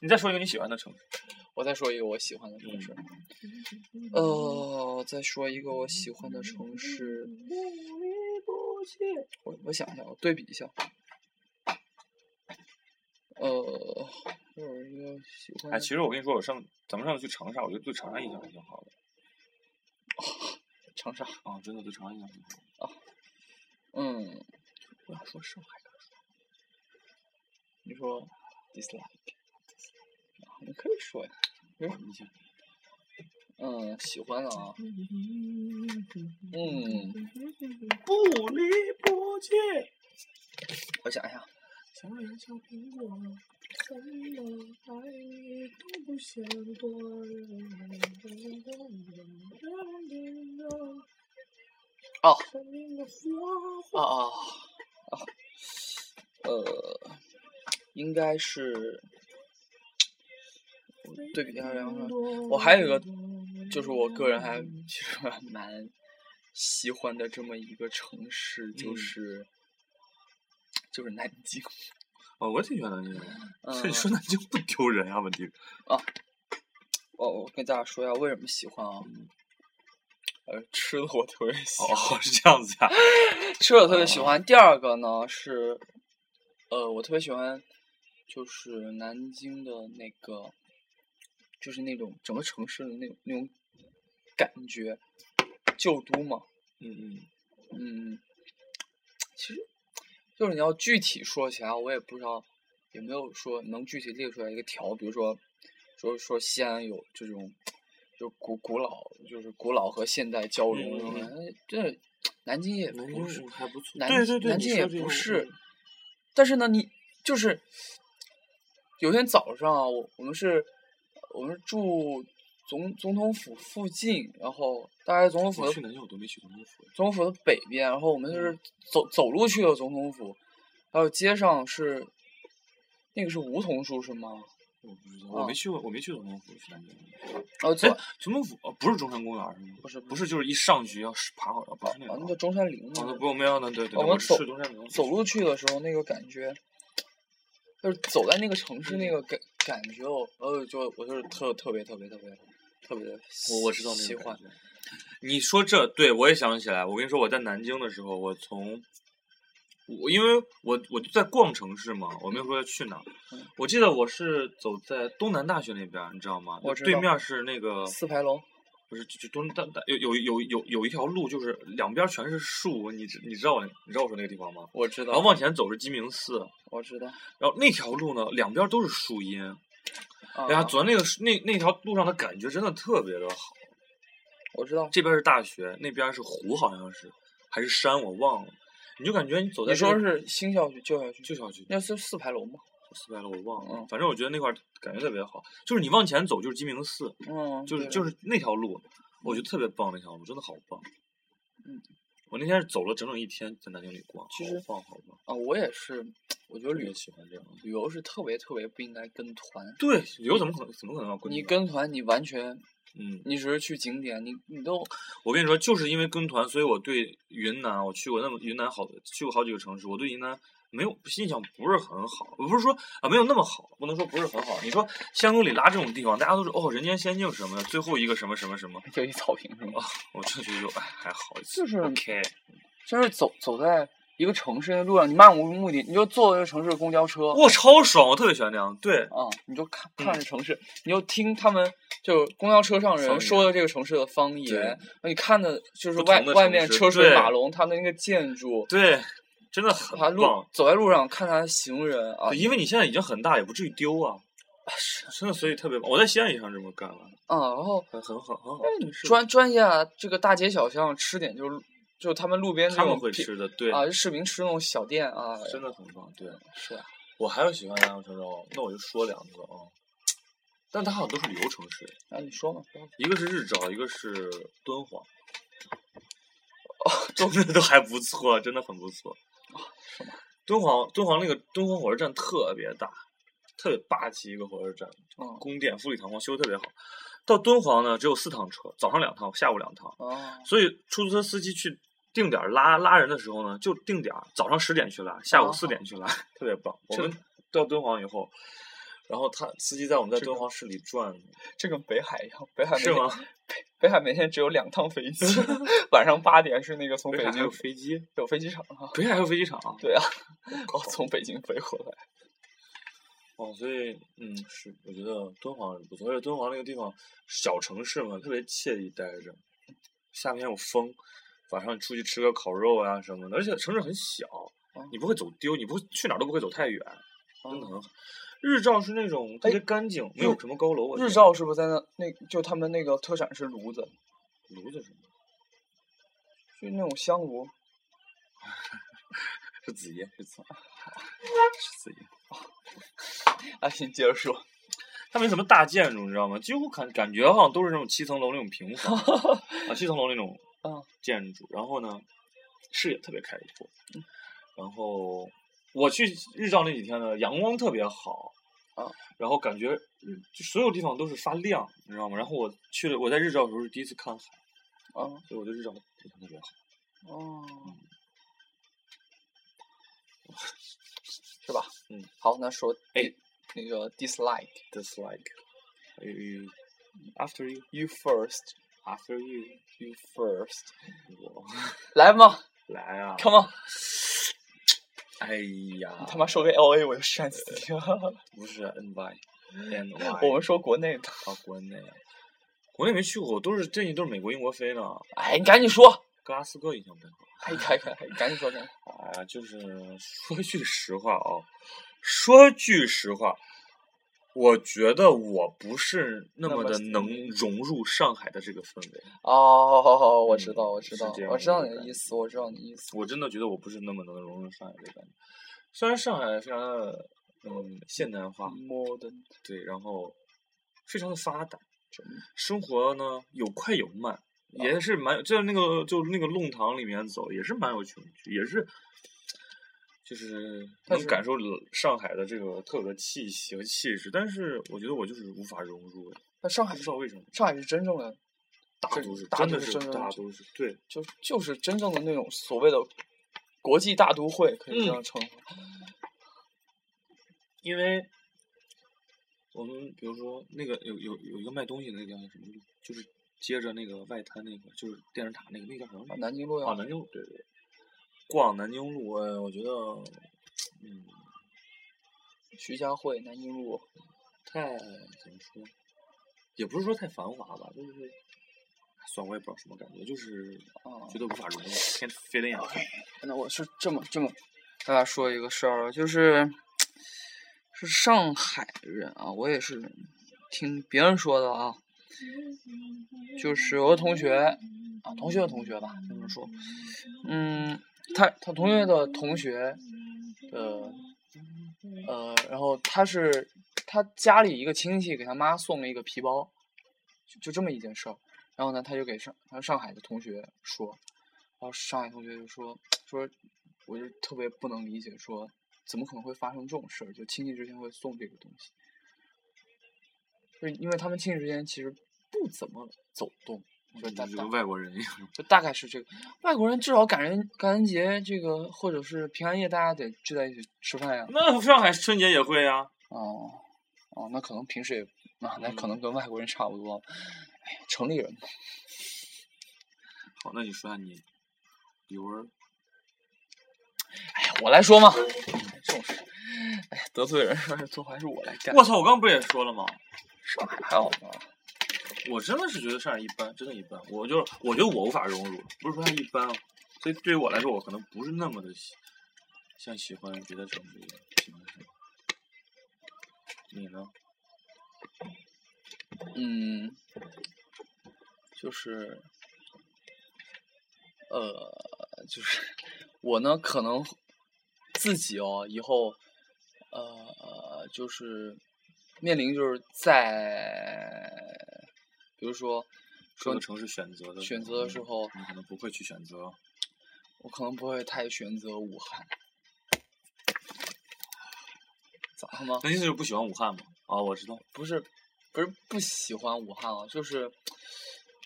Speaker 4: 你再说一个你喜欢的城市，
Speaker 3: 我再说一个我喜欢的城市，呃，再说一个我喜欢的城市，我我想一下，我对比一下，呃，我有一个喜欢
Speaker 4: 哎，
Speaker 3: 的
Speaker 4: 其实我跟你说，我上咱们上次去长沙，我觉得对长沙印象还挺好的
Speaker 3: 长沙，
Speaker 4: 啊，真的对长沙印象挺好的。
Speaker 3: 嗯，我想说上海，你说 dislike，啊你可以说呀，
Speaker 4: 你先
Speaker 3: 嗯，喜欢的啊，嗯，
Speaker 4: 不离不弃。
Speaker 3: 我想一下，
Speaker 1: 小呀小苹果，怎么爱你都不嫌多。
Speaker 3: 哦
Speaker 1: 生命的火
Speaker 3: 啊啊啊，呃，应该是，我对比一下然后呢，我还有一个，就是我个人还其实还蛮喜欢的这么一个城市，就
Speaker 4: 嗯
Speaker 3: 是、就是南京，
Speaker 4: 哦，我挺喜欢南京的。所以
Speaker 3: 嗯
Speaker 4: 说南京不丢人啊，问 题是。
Speaker 3: 哦，我跟大家说一下为什么喜欢啊。呃，吃的我特别喜欢，
Speaker 4: 哦，是这样子呀、
Speaker 3: 吃的我特别喜欢。第二个呢是，呃，我特别喜欢就是南京的那个，就是那种整个城市的那种那种感觉，旧都嘛，
Speaker 4: 嗯嗯，
Speaker 3: 嗯，其实就是你要具体说起来，我也不知道有没有说能具体列出来一个条，比如说说说西安有这种就古古老，就是古老和现代交融
Speaker 4: 嗯
Speaker 3: 什么
Speaker 4: 嗯
Speaker 3: 的，哎这南京也
Speaker 4: 南
Speaker 3: 不
Speaker 4: 京
Speaker 3: 是
Speaker 4: 是还不错
Speaker 3: 南
Speaker 4: 对对对
Speaker 3: 南
Speaker 4: 你
Speaker 3: 京
Speaker 4: 说
Speaker 3: 也
Speaker 4: 这个
Speaker 3: 不
Speaker 4: 我
Speaker 3: 是
Speaker 4: 嗯，
Speaker 3: 但是呢，你就是有天早上啊，我我们是我们是住总总统府附近，然后大概总统府
Speaker 4: 我
Speaker 3: 的
Speaker 4: 去南京我都没去过南哎京府。
Speaker 3: 总统府的北边，然后我们
Speaker 4: 嗯
Speaker 3: 就是走走路去的总统府，还有街上是那个是梧桐树是吗？
Speaker 4: 我不知道，我没去过，我没去过总统府，去南京。
Speaker 3: 然后走，
Speaker 4: 哎总统府哦，不是中山公园是吗？
Speaker 3: 不是
Speaker 4: 不是，就是一上去要是爬好，不是那
Speaker 3: 啊，那
Speaker 4: 种。
Speaker 3: 叫中山陵
Speaker 4: 哦，那
Speaker 3: 嘛。
Speaker 4: 不没有呢，对对，
Speaker 3: 我
Speaker 4: 对
Speaker 3: 们
Speaker 4: 是
Speaker 3: 走
Speaker 4: 去中山陵。
Speaker 3: 走路去的时候，那个感觉，就是走在那个城市那
Speaker 4: 嗯
Speaker 3: 个感感觉，我呃，就我就是特特别特别特别特别的
Speaker 4: 我我知道那
Speaker 3: 喜
Speaker 4: 个感
Speaker 3: 欢
Speaker 4: 觉。你说这对我也想起来，我跟你说，我在南京的时候，我从我因为我我就在逛城市嘛，我没有说要去哪儿
Speaker 3: 嗯。
Speaker 4: 我记得我是走在东南大学那边儿，你知道吗？
Speaker 3: 我
Speaker 4: 就
Speaker 3: 知
Speaker 4: 对
Speaker 3: 道
Speaker 4: 面是那个
Speaker 3: 四牌楼。
Speaker 4: 不是就就东南大有有有有有一条路，就是两边全是树，你知你知道我你知道我说那个地方吗？
Speaker 3: 我知
Speaker 4: 然后
Speaker 3: 道，
Speaker 4: 往前走是鸡鸣寺，
Speaker 3: 啊我知道。
Speaker 4: 然后那条路呢，两边都是树荫，
Speaker 3: 啊、
Speaker 4: 哎呀，走在那个树那那条路上的感觉真的特别的好。
Speaker 3: 我知道。
Speaker 4: 这边是大学，那边是湖，好像是还是山，我忘了。你就感觉你走在
Speaker 3: 你说
Speaker 4: 这个
Speaker 3: 是新校区、旧校区？
Speaker 4: 旧小区，
Speaker 3: 那是四牌楼吗？
Speaker 4: 四百了，我忘了。
Speaker 3: 嗯
Speaker 4: 反正我觉得那块儿感觉特别好，就是你往前走就是鸡鸣寺，
Speaker 3: 嗯，
Speaker 4: 就是
Speaker 3: 对
Speaker 4: 就
Speaker 3: 了
Speaker 4: 是那条路，我觉得特别棒，那条路真的好棒。
Speaker 3: 嗯，
Speaker 4: 我那天是走了整整一天在南京里逛，
Speaker 3: 其实
Speaker 4: 好棒好棒，
Speaker 3: 啊，我也是，我觉得
Speaker 4: 特
Speaker 3: 旅
Speaker 4: 别喜欢这样的。
Speaker 3: 旅游是特别特别不应该跟团。
Speaker 4: 对，旅游怎么可能怎么可能要跟
Speaker 3: 你
Speaker 4: 团
Speaker 3: 跟团，你完全，
Speaker 4: 嗯，
Speaker 3: 你只是去景点，你你都
Speaker 4: 我跟你说，就是因为跟团，所以我对云南，我去过那么云南好去过好几个城市，我对云南没有印象不是很好，不是说啊没有那么好，不能说不是很好。你说香格里拉这种地方，大家都是哦人间仙境什么的，最后一个什么什么什么，
Speaker 3: 就一草坪是吗？
Speaker 4: 我这就就哎还好一些
Speaker 3: 就是
Speaker 4: OK，
Speaker 3: 就是走走在一个城市的路上，你漫无目的，你就坐这个城市的公交车，
Speaker 4: 哇嗯超爽，我特别喜欢这样。对，
Speaker 3: 啊、你就看看着城市，你就听他们就公交车上
Speaker 4: 方
Speaker 3: 人
Speaker 4: 言
Speaker 3: 说的这个城市的方
Speaker 4: 对
Speaker 3: 言，那你看的就是
Speaker 4: 不
Speaker 3: 外
Speaker 4: 同的
Speaker 3: 外
Speaker 4: 城
Speaker 3: 面
Speaker 4: 市
Speaker 3: 车水
Speaker 4: 对
Speaker 3: 马龙，他们的那个建筑，
Speaker 4: 对，真的很
Speaker 3: 他路
Speaker 4: 棒。
Speaker 3: 走在路上看他的行人啊
Speaker 4: 对，因为你现在已经很大，也不至于丢啊。真的，所以特别棒。我在西安也想这么干了，
Speaker 3: 啊，然后
Speaker 4: 很很好，很好。对是
Speaker 3: 专专下这个大街小巷吃点就是就他们路边那
Speaker 4: 他们
Speaker 3: 种
Speaker 4: 会
Speaker 3: 平
Speaker 4: 吃的，对，
Speaker 3: 啊，市民吃那种小店啊，
Speaker 4: 真的很棒。对，
Speaker 3: 是啊
Speaker 4: 我还有喜欢的羊肉城肉，那我就说两个啊。但它好像都是旅游城市，
Speaker 3: 啊，你说嘛，说嘛
Speaker 4: 一个是日照，一个是敦煌。哦，真的都还不错，真的很不错。
Speaker 3: 什么
Speaker 4: 敦煌，敦煌那个敦煌火车站特别大，特别霸气一个火车站，
Speaker 3: 嗯
Speaker 4: 宫殿富丽堂皇，修的特别好。到敦煌呢，只有四趟车，早上两趟，下午两趟，
Speaker 3: 啊
Speaker 4: 所以出租车司机去定点儿拉拉人的时候呢，就定点儿早上十点去拉，下午
Speaker 3: 哦
Speaker 4: 四点去拉， 特别棒。我
Speaker 3: 这
Speaker 4: 们到敦煌以后，然后他司机在我们在
Speaker 3: 这
Speaker 4: 敦
Speaker 3: 个
Speaker 4: 煌市里转，
Speaker 3: 这跟北海一样，北海每
Speaker 4: 是
Speaker 3: 天
Speaker 4: 吗？
Speaker 3: 北北海每天只有两趟飞机， 晚上八点是那个从
Speaker 4: 北
Speaker 3: 北
Speaker 4: 海还
Speaker 3: 京
Speaker 4: 有飞机，
Speaker 3: 有飞机场啊，
Speaker 4: 北海还有飞机场啊。
Speaker 3: 对啊， 刚从北京飞回来，
Speaker 4: 哦，所以嗯，是我觉得敦煌是不错，而且敦煌那个地方小城市嘛，特别惬意待着，夏天有风，晚上出去吃个烤肉啊什么的，而且城市很小，
Speaker 3: 哦
Speaker 4: 你不会走丢，你不会去哪儿都不会走太远，真的很好。日照是那种特
Speaker 3: 哎
Speaker 4: 别干净，没
Speaker 3: 日
Speaker 4: 有什么高楼。我觉
Speaker 3: 日
Speaker 4: 得
Speaker 3: 照是不是在那那就他们那个特产是炉子，
Speaker 4: 炉子什么？
Speaker 3: 就那种香炉，
Speaker 4: 是紫烟，是紫，是紫烟。
Speaker 3: 哎，你接着说，
Speaker 4: 它没什么大建筑，你知道吗？几乎感感觉好像都是那种七层楼那种 平房啊，七层楼那种
Speaker 3: 嗯
Speaker 4: 建筑。然后呢，视野特别开阔。
Speaker 3: 嗯
Speaker 4: 然后我去日照那几天呢，阳光特别好
Speaker 3: 啊，
Speaker 4: 然后感觉日就所有地方都是发亮，你知道吗？然后我去了，我在日照的时候是第一次看海，
Speaker 3: 啊
Speaker 4: 所以我对日照印象特别好。
Speaker 3: 哦，是吧？
Speaker 4: 嗯，
Speaker 3: 好，那说
Speaker 4: 哎
Speaker 3: 第那个 dislike
Speaker 4: Dislike you, you after you
Speaker 3: you first
Speaker 4: after you，
Speaker 3: you first，
Speaker 4: 我
Speaker 3: 来嘛
Speaker 4: 来啊！
Speaker 3: ，come on，
Speaker 4: 哎呀
Speaker 3: 你，他妈说个 L A 我就扇死你了，
Speaker 4: 不是 N Y N Y，
Speaker 3: 我们说国内的，
Speaker 4: 啊，国内啊，国内没去过，都是最近都是美国、英国飞呢。
Speaker 3: 哎，你赶紧说，
Speaker 4: 格拉斯哥印象真好。
Speaker 3: 哎，赶赶赶紧说，赶紧说，
Speaker 4: 哎呀，就是说句实话啊，说句实话，我觉得我不是那
Speaker 3: 那
Speaker 4: 么
Speaker 3: 么
Speaker 4: 的
Speaker 3: 喜
Speaker 4: 能融入上海的这个氛围，
Speaker 3: 哦，我知
Speaker 4: 嗯
Speaker 3: 道，我知
Speaker 4: 是
Speaker 3: 道
Speaker 4: 这，样
Speaker 3: 我知道
Speaker 4: 的
Speaker 3: 你的
Speaker 4: 感
Speaker 3: 意
Speaker 4: 觉
Speaker 3: 思，我知道你的意思，
Speaker 4: 我真的觉得我不是那么能融入上海的感觉。虽然上海非常的嗯现代化，
Speaker 3: modern
Speaker 4: 对，然后非常的发达，生活呢有快有慢，
Speaker 3: 啊
Speaker 4: 也是蛮就在那个就那个弄堂里面走，也是蛮有情趣，也是就是
Speaker 3: 但
Speaker 4: 能
Speaker 3: 是
Speaker 4: 感受了上海的这个特有的气息和气质，但是我觉得我就是无法融入，
Speaker 3: 那上海
Speaker 4: 不知道为什么。
Speaker 3: 上海是真正的
Speaker 4: 大
Speaker 3: 这
Speaker 4: 都市
Speaker 3: 大
Speaker 4: 真
Speaker 3: 都
Speaker 4: 的
Speaker 3: 市
Speaker 4: 是
Speaker 3: 真正
Speaker 4: 大
Speaker 3: 的
Speaker 4: 都市，对，
Speaker 3: 就就是真正的那种所谓的国际大都会，可以这
Speaker 4: 嗯
Speaker 3: 样称呼。
Speaker 4: 因为我们比如说那个有有有一个卖东西的那个叫什么路，就是接着那个外滩那个，就是电视塔那个，那叫什么路？
Speaker 3: 啊南京路
Speaker 4: 啊，
Speaker 3: 要
Speaker 4: 南京路，对对。逛南京路，呃，我觉得，嗯，
Speaker 3: 徐家汇，南京路
Speaker 4: 太怎么说，也不是说太繁华吧，就是，哎算我也不知道什么感觉，就是
Speaker 3: 啊。
Speaker 4: 觉得无法融入，can't fit in。
Speaker 3: 那我是这么这么，大家说一个事儿，啊就是是上海人啊，我也是听别人说的啊，就是我的同学啊，同学的同学吧，这么说，嗯，他他同学的同学，呃呃，然后他是他家里一个亲戚给他妈送了一个皮包，就就这么一件事儿，然后呢，他就给上他上海的同学说，然后上海同学就说说，我就特别不能理解说。怎么可能会发生这种事儿？就亲戚之间会送这个东西，就是因为他们亲戚之间其实不怎么走动，就大
Speaker 4: 就是
Speaker 3: 大
Speaker 4: 个外国人一样。
Speaker 3: 就大概是这个。外国人至少感恩感恩节这个或者是平安夜，大家得聚在一起吃饭呀。
Speaker 4: 那上海春节也会呀，
Speaker 3: 哦，哦，那可能平时也啊，那可
Speaker 4: 嗯
Speaker 3: 能跟外国人差不多。哎呀，城里人嘛
Speaker 4: 好，那你说下你语文
Speaker 3: 哎呀，我来说嘛，这种事，哎呀，得罪人，最后还是我来干。
Speaker 4: 我操，我刚不是也说了吗？
Speaker 3: 上海还好吧？
Speaker 4: 我真的是觉得上海一般，真的一般。我就是我觉得我无法融入，不是说它一般啊，所以对于我来说，我可能不是那么的喜，像喜欢别的城市一样喜欢上海。你呢？
Speaker 3: 嗯，就是，呃，就是我呢，可能自己哦，以后，呃，就是面临就是在，比如说
Speaker 4: 各
Speaker 3: 说
Speaker 4: 个城市选择的嗯
Speaker 3: 选择的时候，
Speaker 4: 你可能不会去选择。
Speaker 3: 我可能不会太选择武汉，咋了吗？
Speaker 4: 那意思就是不喜欢武汉吗？啊，我知道。
Speaker 3: 不是不是不喜欢武汉啊，就是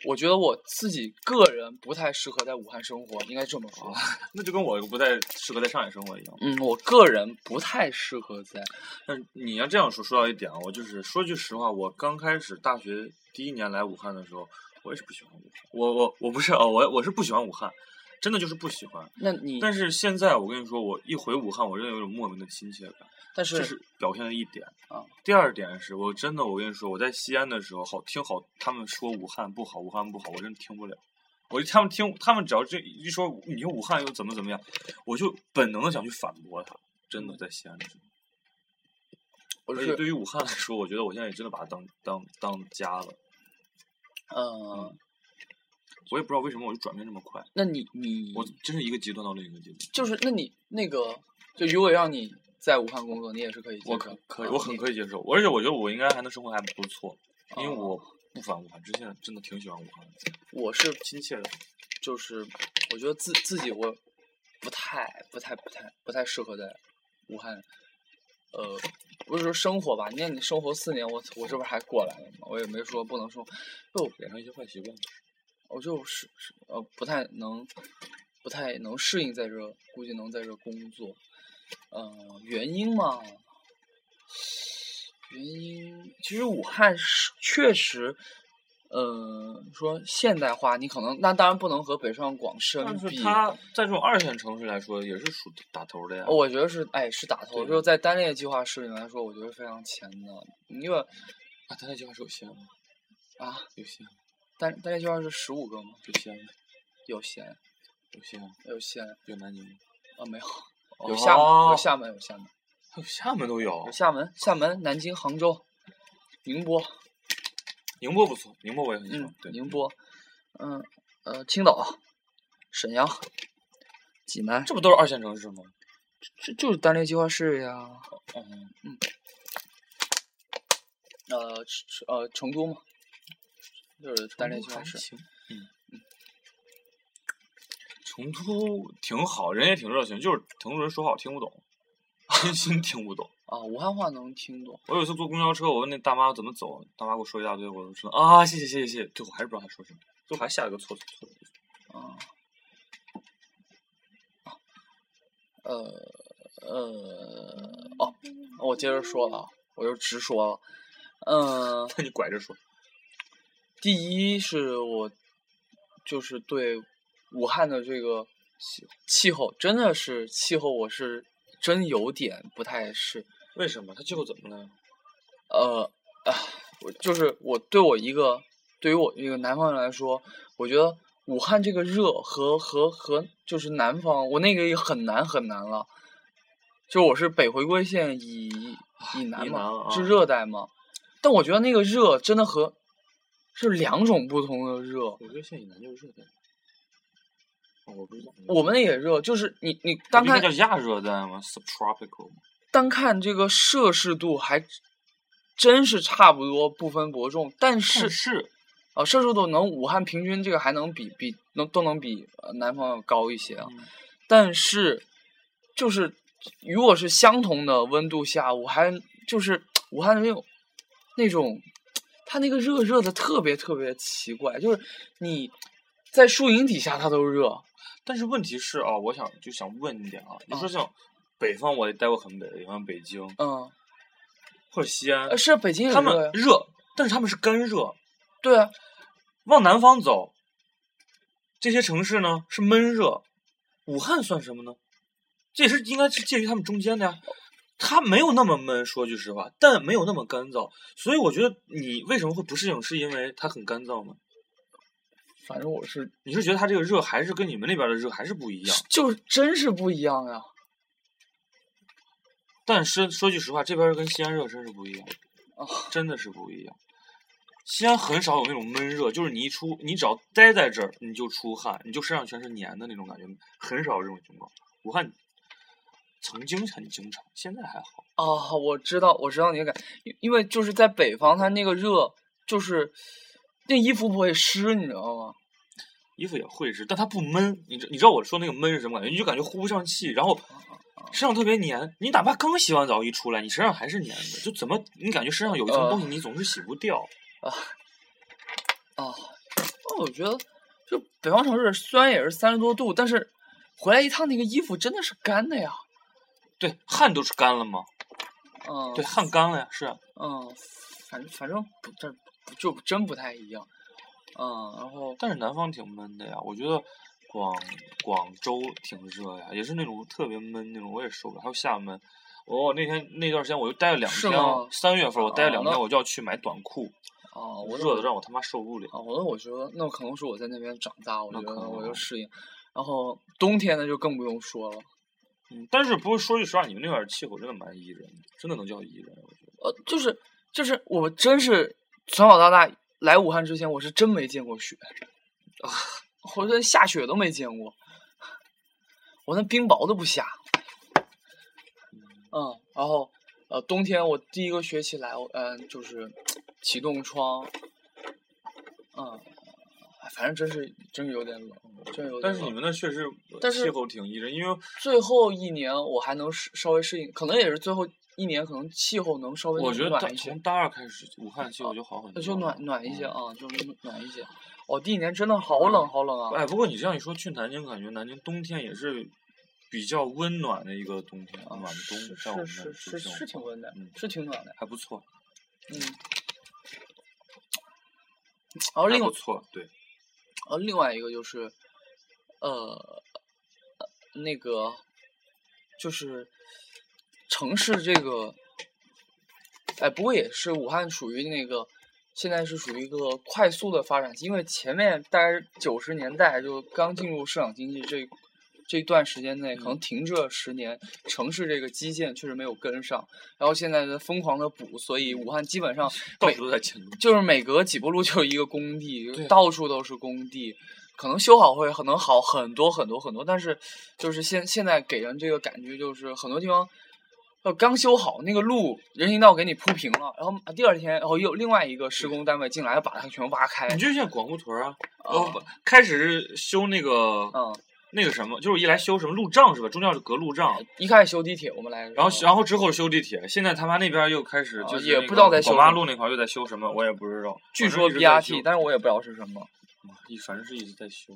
Speaker 3: 我觉得我自己个人不太适合在武汉生活，应该这么
Speaker 4: 哦
Speaker 3: 说。
Speaker 4: 那就跟我不太适合在上海生活一样。
Speaker 3: 嗯，我个人不太适合在
Speaker 4: 但你要这样说，说到一点啊，我就是说句实话，我刚开始大学第一年来武汉的时候，我也是不喜欢武汉。我我我不是啊，我我是不喜欢武汉，真的就是不喜欢。
Speaker 3: 那你，
Speaker 4: 但是现在我跟你说，我一回武汉，我真的有种莫名的亲切感，
Speaker 3: 但
Speaker 4: 这
Speaker 3: 是
Speaker 4: 是表现的一点。
Speaker 3: 啊
Speaker 4: 第二点是我真的，我跟你说，我在西安的时候，好听好他们说武汉不好，武汉不好，我真听不了。我就他们听，他们只要这一说，你说武汉又怎么怎么样，我就本能的想去反驳他。真的在西安的时候。
Speaker 3: 我
Speaker 4: 而且
Speaker 3: 是
Speaker 4: 对于武汉来说，我觉得我现在也真的把它当当当家了。
Speaker 3: 嗯，
Speaker 4: 我也不知道为什么我就转变这么快，
Speaker 3: 那你你
Speaker 4: 我真是一个极端到另一个极端。
Speaker 3: 就是那你那个，就如果让你在武汉工作，你也是可以接
Speaker 4: 我
Speaker 3: 受
Speaker 4: 可可以，
Speaker 3: 啊
Speaker 4: 我很
Speaker 3: 你
Speaker 4: 可以接受，而且我觉得我应该还能生活得还不错，因为
Speaker 3: 哦
Speaker 4: 我不反武汉，之前真的挺喜欢武汉的，
Speaker 3: 我是
Speaker 4: 亲切的。
Speaker 3: 就是我觉得自自己我不太不太不太不太适合在武汉，呃，不是说生活吧，你看你生活四年，我我这不是还过来了吗？我也没说不能生活，就
Speaker 4: 养成一些坏习惯，
Speaker 3: 我就是是呃不太能不太能适应在这儿，估计能在这儿工作，呃，原因嘛。原因其实武汉是确实，呃，说现代化，你可能那当然不能和北上广深
Speaker 4: 但
Speaker 3: 比，
Speaker 4: 是它在这种二线城市来说也是属打头的呀。
Speaker 3: 我觉得是，哎，是打头。
Speaker 4: 对
Speaker 3: 就是在单列计划室里面来说，我觉得是非常前的。因为
Speaker 4: 啊，他那计划是有限吗？
Speaker 3: 啊，
Speaker 4: 有限，
Speaker 3: 单单列计划是十五个吗？
Speaker 4: 有限，
Speaker 3: 有咸，
Speaker 4: 有限，
Speaker 3: 有咸
Speaker 4: 有南宁吗，
Speaker 3: 啊，没有，
Speaker 4: 哦
Speaker 3: 有厦门，有厦门，有厦门，
Speaker 4: 还有厦门都有
Speaker 3: 有。厦门，厦门、南京、杭州、宁波，
Speaker 4: 宁波不错，宁波我也很喜欢
Speaker 3: 嗯。，
Speaker 4: 对，
Speaker 3: 宁波，嗯，呃，青岛、沈阳、济南，
Speaker 4: 这不都是二线城市吗？
Speaker 3: 这就是单列计划室呀。哦
Speaker 4: 嗯。
Speaker 3: 呃，成呃，成都嘛，就是单列计划
Speaker 4: 还
Speaker 3: 室。
Speaker 4: 行，嗯成都挺好，人也挺热情，就是成都人说话我听不懂，真心听不懂。
Speaker 3: 啊，武汉话能听懂。
Speaker 4: 我有一次坐公交车，我问那大妈怎么走，大妈给我说一大堆，我就说啊谢谢谢谢谢谢，最后还是不知道她说什么，最后还下了个错错错。
Speaker 3: 啊，呃呃，哦，我接着说了，啊，我就直说了。嗯、
Speaker 4: 那你拐着说，
Speaker 3: 第一是我就是对武汉的这个气候，真的是气候，我是真有点不太适。
Speaker 4: 为什么？他气候怎么了？
Speaker 3: 呃，啊，我就是我对我一个对于我一个南方人来说，我觉得武汉这个热和和和就是南方，我那个也很难很难了。就我是北回归线以以南
Speaker 4: 以
Speaker 3: 嘛，
Speaker 4: 南了
Speaker 3: 是
Speaker 4: 啊
Speaker 3: 热带嘛，但我觉得那个热真的和是两种不同的热。
Speaker 4: 我觉得现在以南就是热带。哦我不知道，
Speaker 3: 我们也热，就是你你
Speaker 4: 当
Speaker 3: 单
Speaker 4: 它
Speaker 3: 看
Speaker 4: 叫亚热带吗？subtropical 吗？
Speaker 3: 单看这个摄氏度还真是差不多不分伯仲，但是
Speaker 4: 但是，
Speaker 3: 啊，摄氏度能武汉平均这个还能比比能都能比呃南方要高一些啊，
Speaker 4: 嗯
Speaker 3: 但是就是如果是相同的温度下，我还就是武汉的那种那种它那个热热的特别特别奇怪，就是你在树荫底下它都热，
Speaker 4: 但是问题是啊，我想就想问一点啊，你说像北方，我也待过很北的地方，北京
Speaker 3: 嗯，
Speaker 4: 或者西安
Speaker 3: 呃，是北京也
Speaker 4: 他
Speaker 3: 热
Speaker 4: 们
Speaker 3: 呀
Speaker 4: 热，但是他们是干热。
Speaker 3: 对啊，
Speaker 4: 往南方走，这些城市呢是闷热，武汉算什么呢？这也是应该是介于他们中间的呀。它没有那么闷，说句实话，但没有那么干燥，所以我觉得你为什么会不适应，是因为它很干燥吗？
Speaker 3: 反正我是
Speaker 4: 你是觉得它这个热还是跟你们那边的热还是不一样？
Speaker 3: 就是真是不一样呀、
Speaker 4: 但是说句实话，这边儿跟西安热真是不一样，
Speaker 3: 啊
Speaker 4: 真的是不一样。西安很少有那种闷热，就是你一出，你只要待在这儿，你就出汗，你就身上全是黏的那种感觉，很少有这种情况。武汉曾经很经常，现在还好。
Speaker 3: 啊，我知道，我知道你的感，因因为就是在北方，它那个热就是那衣服不会湿，你知道吗？
Speaker 4: 衣服也会湿，但它不闷。你知你知道我说那个闷是什么感觉？你就感觉呼不上气，然后身上特别黏。你哪怕刚洗完澡一出来，你身上还是黏的，就怎么你感觉身上有一层
Speaker 3: 呃
Speaker 4: 东西，你总是洗不掉。
Speaker 3: 啊，那我觉得就北方城市虽然也是三十多度，但是回来一趟那个衣服真的是干的呀。
Speaker 4: 对，汗都是干了吗？
Speaker 3: 嗯，
Speaker 4: 对，汗干了呀，是啊。
Speaker 3: 嗯，反正反正不这不就真不太一样。嗯，然后
Speaker 4: 但是南方挺闷的呀，我觉得广广州挺热呀，也是那种特别闷那种，我也受不了。还有厦门，我、那天那段时间我就待了两
Speaker 3: 是
Speaker 4: 天
Speaker 3: 吗
Speaker 4: 啊，三月份我待了
Speaker 3: 哦
Speaker 4: 两天，
Speaker 3: 那
Speaker 4: 我就要去买短裤，
Speaker 3: 啊，我
Speaker 4: 热的让我他妈受不了。
Speaker 3: 啊，我我觉得那可能是我在那边长大，我
Speaker 4: 那
Speaker 3: 觉
Speaker 4: 可
Speaker 3: 得我就
Speaker 4: 能啊
Speaker 3: 适应。然后冬天呢就更不用说了，
Speaker 4: 嗯，但是不是说句实话，你们那边儿气候真的蛮宜人的，真的能叫宜人，我觉得。
Speaker 3: 呃，就是就是我真是从小到大来武汉之前，我是真没见过雪，啊，我连下雪都没见过，我那冰雹都不下。嗯，然后呃，冬天我第一个学期来，嗯、呃，就是启动窗，嗯，反正真是真是有点冷，真是有点冷。
Speaker 4: 但是你们那确实呃
Speaker 3: 但
Speaker 4: 气
Speaker 3: 是
Speaker 4: 候挺宜人，因为
Speaker 3: 最后一年我还能适稍微适应，可能也是最后一年，可能气候能稍微
Speaker 4: 我觉得大
Speaker 3: 暖一些
Speaker 4: 从，大二开始，武汉气候就好很
Speaker 3: 那
Speaker 4: 多了，
Speaker 3: 就暖暖一些
Speaker 4: 嗯。
Speaker 3: 啊，就暖一些。哦，第一年真的好冷好冷啊！
Speaker 4: 哎，不过你这样一说，去南京感觉南京冬天也是比较温暖的一个冬天，暖冬
Speaker 3: 是
Speaker 4: 像我
Speaker 3: 是
Speaker 4: 们
Speaker 3: 是是
Speaker 4: 那这种
Speaker 3: 是挺温的
Speaker 4: 嗯，
Speaker 3: 是挺暖的。
Speaker 4: 还不错，
Speaker 3: 嗯。然后
Speaker 4: 还
Speaker 3: 另
Speaker 4: 不错，对，
Speaker 3: 呃另外一个就是，呃，呃那个就是城市这个，哎，不过也是武汉属于那个现在是属于一个快速的发展期，因为前面大概九十年代就刚进入市场经济这这段时间内，可
Speaker 4: 嗯
Speaker 3: 能停滞十年，城市这个基建确实没有跟上，然后现在在疯狂的补，所以武汉基本上
Speaker 4: 到
Speaker 3: 每
Speaker 4: 处都在建筑。
Speaker 3: 就是每隔几步路就有一个工地
Speaker 4: 对，
Speaker 3: 到处都是工地，可能修好会可能好很多很多很多，但是就是现现在给人这个感觉就是很多地方，呃，刚修好那个路人行道给你铺平了，然后第二天然后又另外一个施工单位进来把它全挖开，
Speaker 4: 你就像广固屯儿啊，
Speaker 3: 哎啊
Speaker 4: 哦，不开始是修那个
Speaker 3: 嗯，
Speaker 4: 那个什么，就是一来修什么路障是吧？中间是隔路障，
Speaker 3: 一开始修地铁我们来的时
Speaker 4: 然后
Speaker 3: 候，
Speaker 4: 然后之后修地铁，现在他妈那边又开始
Speaker 3: 啊
Speaker 4: 就是
Speaker 3: 也
Speaker 4: 那
Speaker 3: 不
Speaker 4: 个
Speaker 3: 知道在
Speaker 4: 广
Speaker 3: 修
Speaker 4: 八
Speaker 3: 什么
Speaker 4: 路那块儿又在修什么，我也不知道。
Speaker 3: 据
Speaker 4: 反
Speaker 3: 说
Speaker 4: 正一直在
Speaker 3: BRT，
Speaker 4: 修
Speaker 3: 但是我也不知道是什么。
Speaker 4: 一反正是一直在修。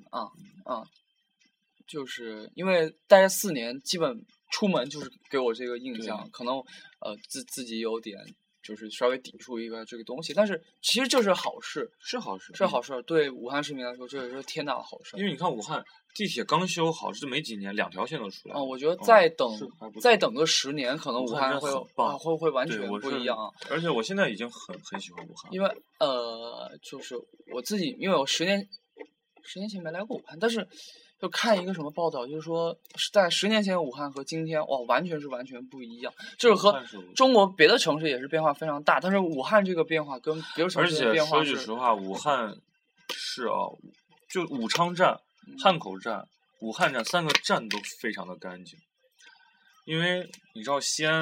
Speaker 3: 就是因为待了四年，基本出门就是给我这个印
Speaker 4: 对
Speaker 3: 象，可能呃自自己有点就是稍微抵触一个这个东西，但是其实这是好事，
Speaker 4: 是好事，
Speaker 3: 这是好事嗯儿，对武汉市民来说这是天大的好事
Speaker 4: 嗯因
Speaker 3: 儿。
Speaker 4: 为你看武汉地铁刚修好，这没几年，两条线都出来
Speaker 3: 啊，
Speaker 4: 了。
Speaker 3: 我觉得
Speaker 4: 嗯
Speaker 3: 再等
Speaker 4: 是还不错
Speaker 3: 再等个十年，可能
Speaker 4: 武
Speaker 3: 武
Speaker 4: 汉
Speaker 3: 汉
Speaker 4: 真
Speaker 3: 会
Speaker 4: 很
Speaker 3: 有啊
Speaker 4: 棒
Speaker 3: 会会完
Speaker 4: 对
Speaker 3: 全
Speaker 4: 我
Speaker 3: 不
Speaker 4: 是
Speaker 3: 一样啊。
Speaker 4: 而且我现在已经很很喜欢武汉了，
Speaker 3: 因为呃，就是我自己，因为我十年十年前没来过武汉，但是就看一个什么报道，就是说是在十年前武汉和今天哇，完全是完全不一样，就是
Speaker 4: 武
Speaker 3: 和
Speaker 4: 汉是不一样
Speaker 3: 中国别的城市也是变化非常大，但是武汉这个变化跟别的城
Speaker 4: 而
Speaker 3: 市的
Speaker 4: 且
Speaker 3: 变化
Speaker 4: 说句
Speaker 3: 是
Speaker 4: 实话，武汉是啊，就武昌站、
Speaker 3: 嗯
Speaker 4: 汉口站、武汉站三个站都非常的干净，因为你知道西安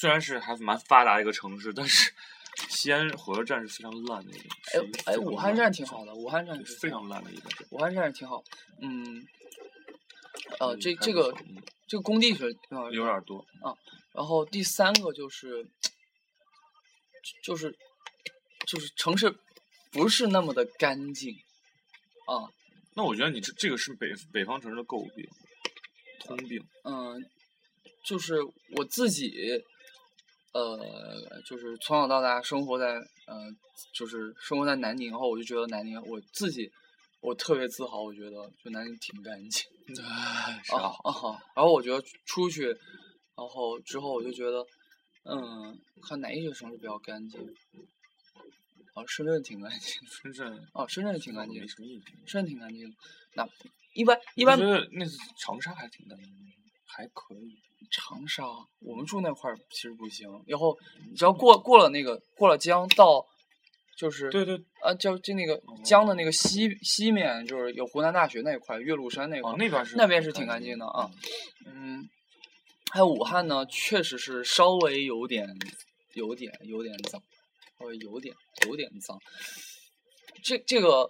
Speaker 4: 虽然是还蛮发达的一个城市，但是 西安火车站是非常烂的一个，
Speaker 3: 哎
Speaker 4: 是一个
Speaker 3: 哎，
Speaker 4: 非常
Speaker 3: 武
Speaker 4: 烂
Speaker 3: 汉
Speaker 4: 的
Speaker 3: 站
Speaker 4: 一个
Speaker 3: 挺好的，武汉站
Speaker 4: 对
Speaker 3: 是
Speaker 4: 非常烂的一个站。
Speaker 3: 武汉站是挺好，嗯，呃，
Speaker 4: 嗯
Speaker 3: 这
Speaker 4: 还
Speaker 3: 这
Speaker 4: 不
Speaker 3: 个
Speaker 4: 错嗯
Speaker 3: 这个工地是呃
Speaker 4: 有点多，
Speaker 3: 然后第三个就是，就是就是城市不是那么的干净啊，
Speaker 4: 那我觉得你这这个是北北方城市的诟病，通病。
Speaker 3: 嗯，就是我自己，呃，就是从小到大生活在呃，就是生活在南宁后，我就觉得南宁我自己我特别自豪，我觉得就南宁挺干净。
Speaker 4: 哎，是
Speaker 3: 啊
Speaker 4: 啊，
Speaker 3: 啊好，然后我觉得出去，然后之后我就觉得，嗯，看哪一个城市比较干净？啊，深圳挺干净的。
Speaker 4: 深圳
Speaker 3: 哦，深圳挺干净
Speaker 4: 没，什么印象。
Speaker 3: 深圳挺干净的。那一般一
Speaker 4: 我
Speaker 3: 般
Speaker 4: 觉得那次长沙还挺干净的，还可以。
Speaker 3: 长沙，我们住那块儿其实不行。然后你只要过过了那个过了江到，就是
Speaker 4: 对哦对，
Speaker 3: 啊，就就那个江的那个西西面，就是有湖南大学那一块儿，岳麓山那一块儿。
Speaker 4: 哦，那边是
Speaker 3: 啊那边是挺干
Speaker 4: 干
Speaker 3: 净
Speaker 4: 的
Speaker 3: 的啊。嗯，还有武汉呢，确实是稍微有点、有点、有点脏，稍微有点、有点脏。这这个，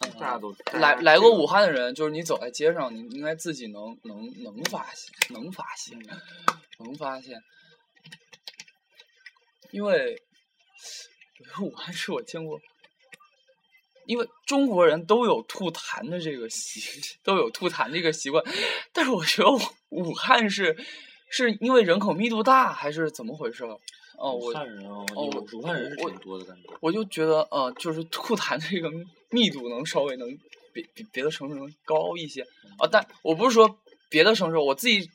Speaker 3: 嗯、
Speaker 4: 大家都
Speaker 3: 来来过武汉的人，就是你走在街上，你应该自己能能能发现，能发现，能发现，因为我觉得武汉是我见过，因为中国人都有吐痰的这个习，都有吐痰这个习惯，但是我觉得武武汉是是因为人口密度大还是怎么回事儿？哦，
Speaker 4: 武
Speaker 3: 我
Speaker 4: 汉人啊，
Speaker 3: 哦
Speaker 4: 有
Speaker 3: 我
Speaker 4: 武汉人是
Speaker 3: 我
Speaker 4: 挺多的感觉。
Speaker 3: 我就觉得，呃，就是吐痰这个密度能稍微能比比别的城市能高一些
Speaker 4: 嗯
Speaker 3: 啊。但我不是说别的城市，我自己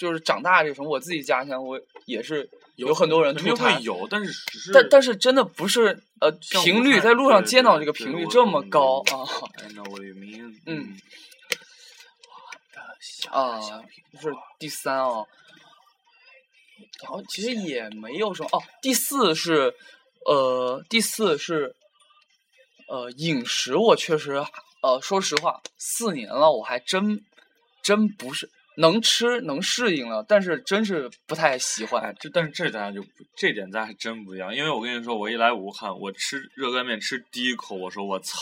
Speaker 3: 就是长大这个城市，我自己家乡我也是有很多人
Speaker 4: 肯
Speaker 3: 吐
Speaker 4: 定会
Speaker 3: 痰，
Speaker 4: 有，但是只是
Speaker 3: 但但是真的不是呃
Speaker 4: 像武
Speaker 3: 频率
Speaker 4: 汉
Speaker 3: 在路上
Speaker 4: 对
Speaker 3: 见到
Speaker 4: 对
Speaker 3: 这个
Speaker 4: 对嗯
Speaker 3: 频率
Speaker 4: 我
Speaker 3: 这
Speaker 4: 懂
Speaker 3: 么
Speaker 4: 你的
Speaker 3: 高
Speaker 4: 意思
Speaker 3: 啊
Speaker 4: I know what you mean。
Speaker 3: 嗯
Speaker 4: 啊
Speaker 3: 啊，是第三哦。然后其实也没有什么哦。第四是，呃，第四是，呃，饮食我确实，呃，说实话，四年了，我还真真不是能吃能适应了，但是真是不太喜欢。
Speaker 4: 哎，这但是这咱俩就不这点咱还真不一样，因为我跟你说，我一来武汉，我吃热干面吃第一口，我说我操，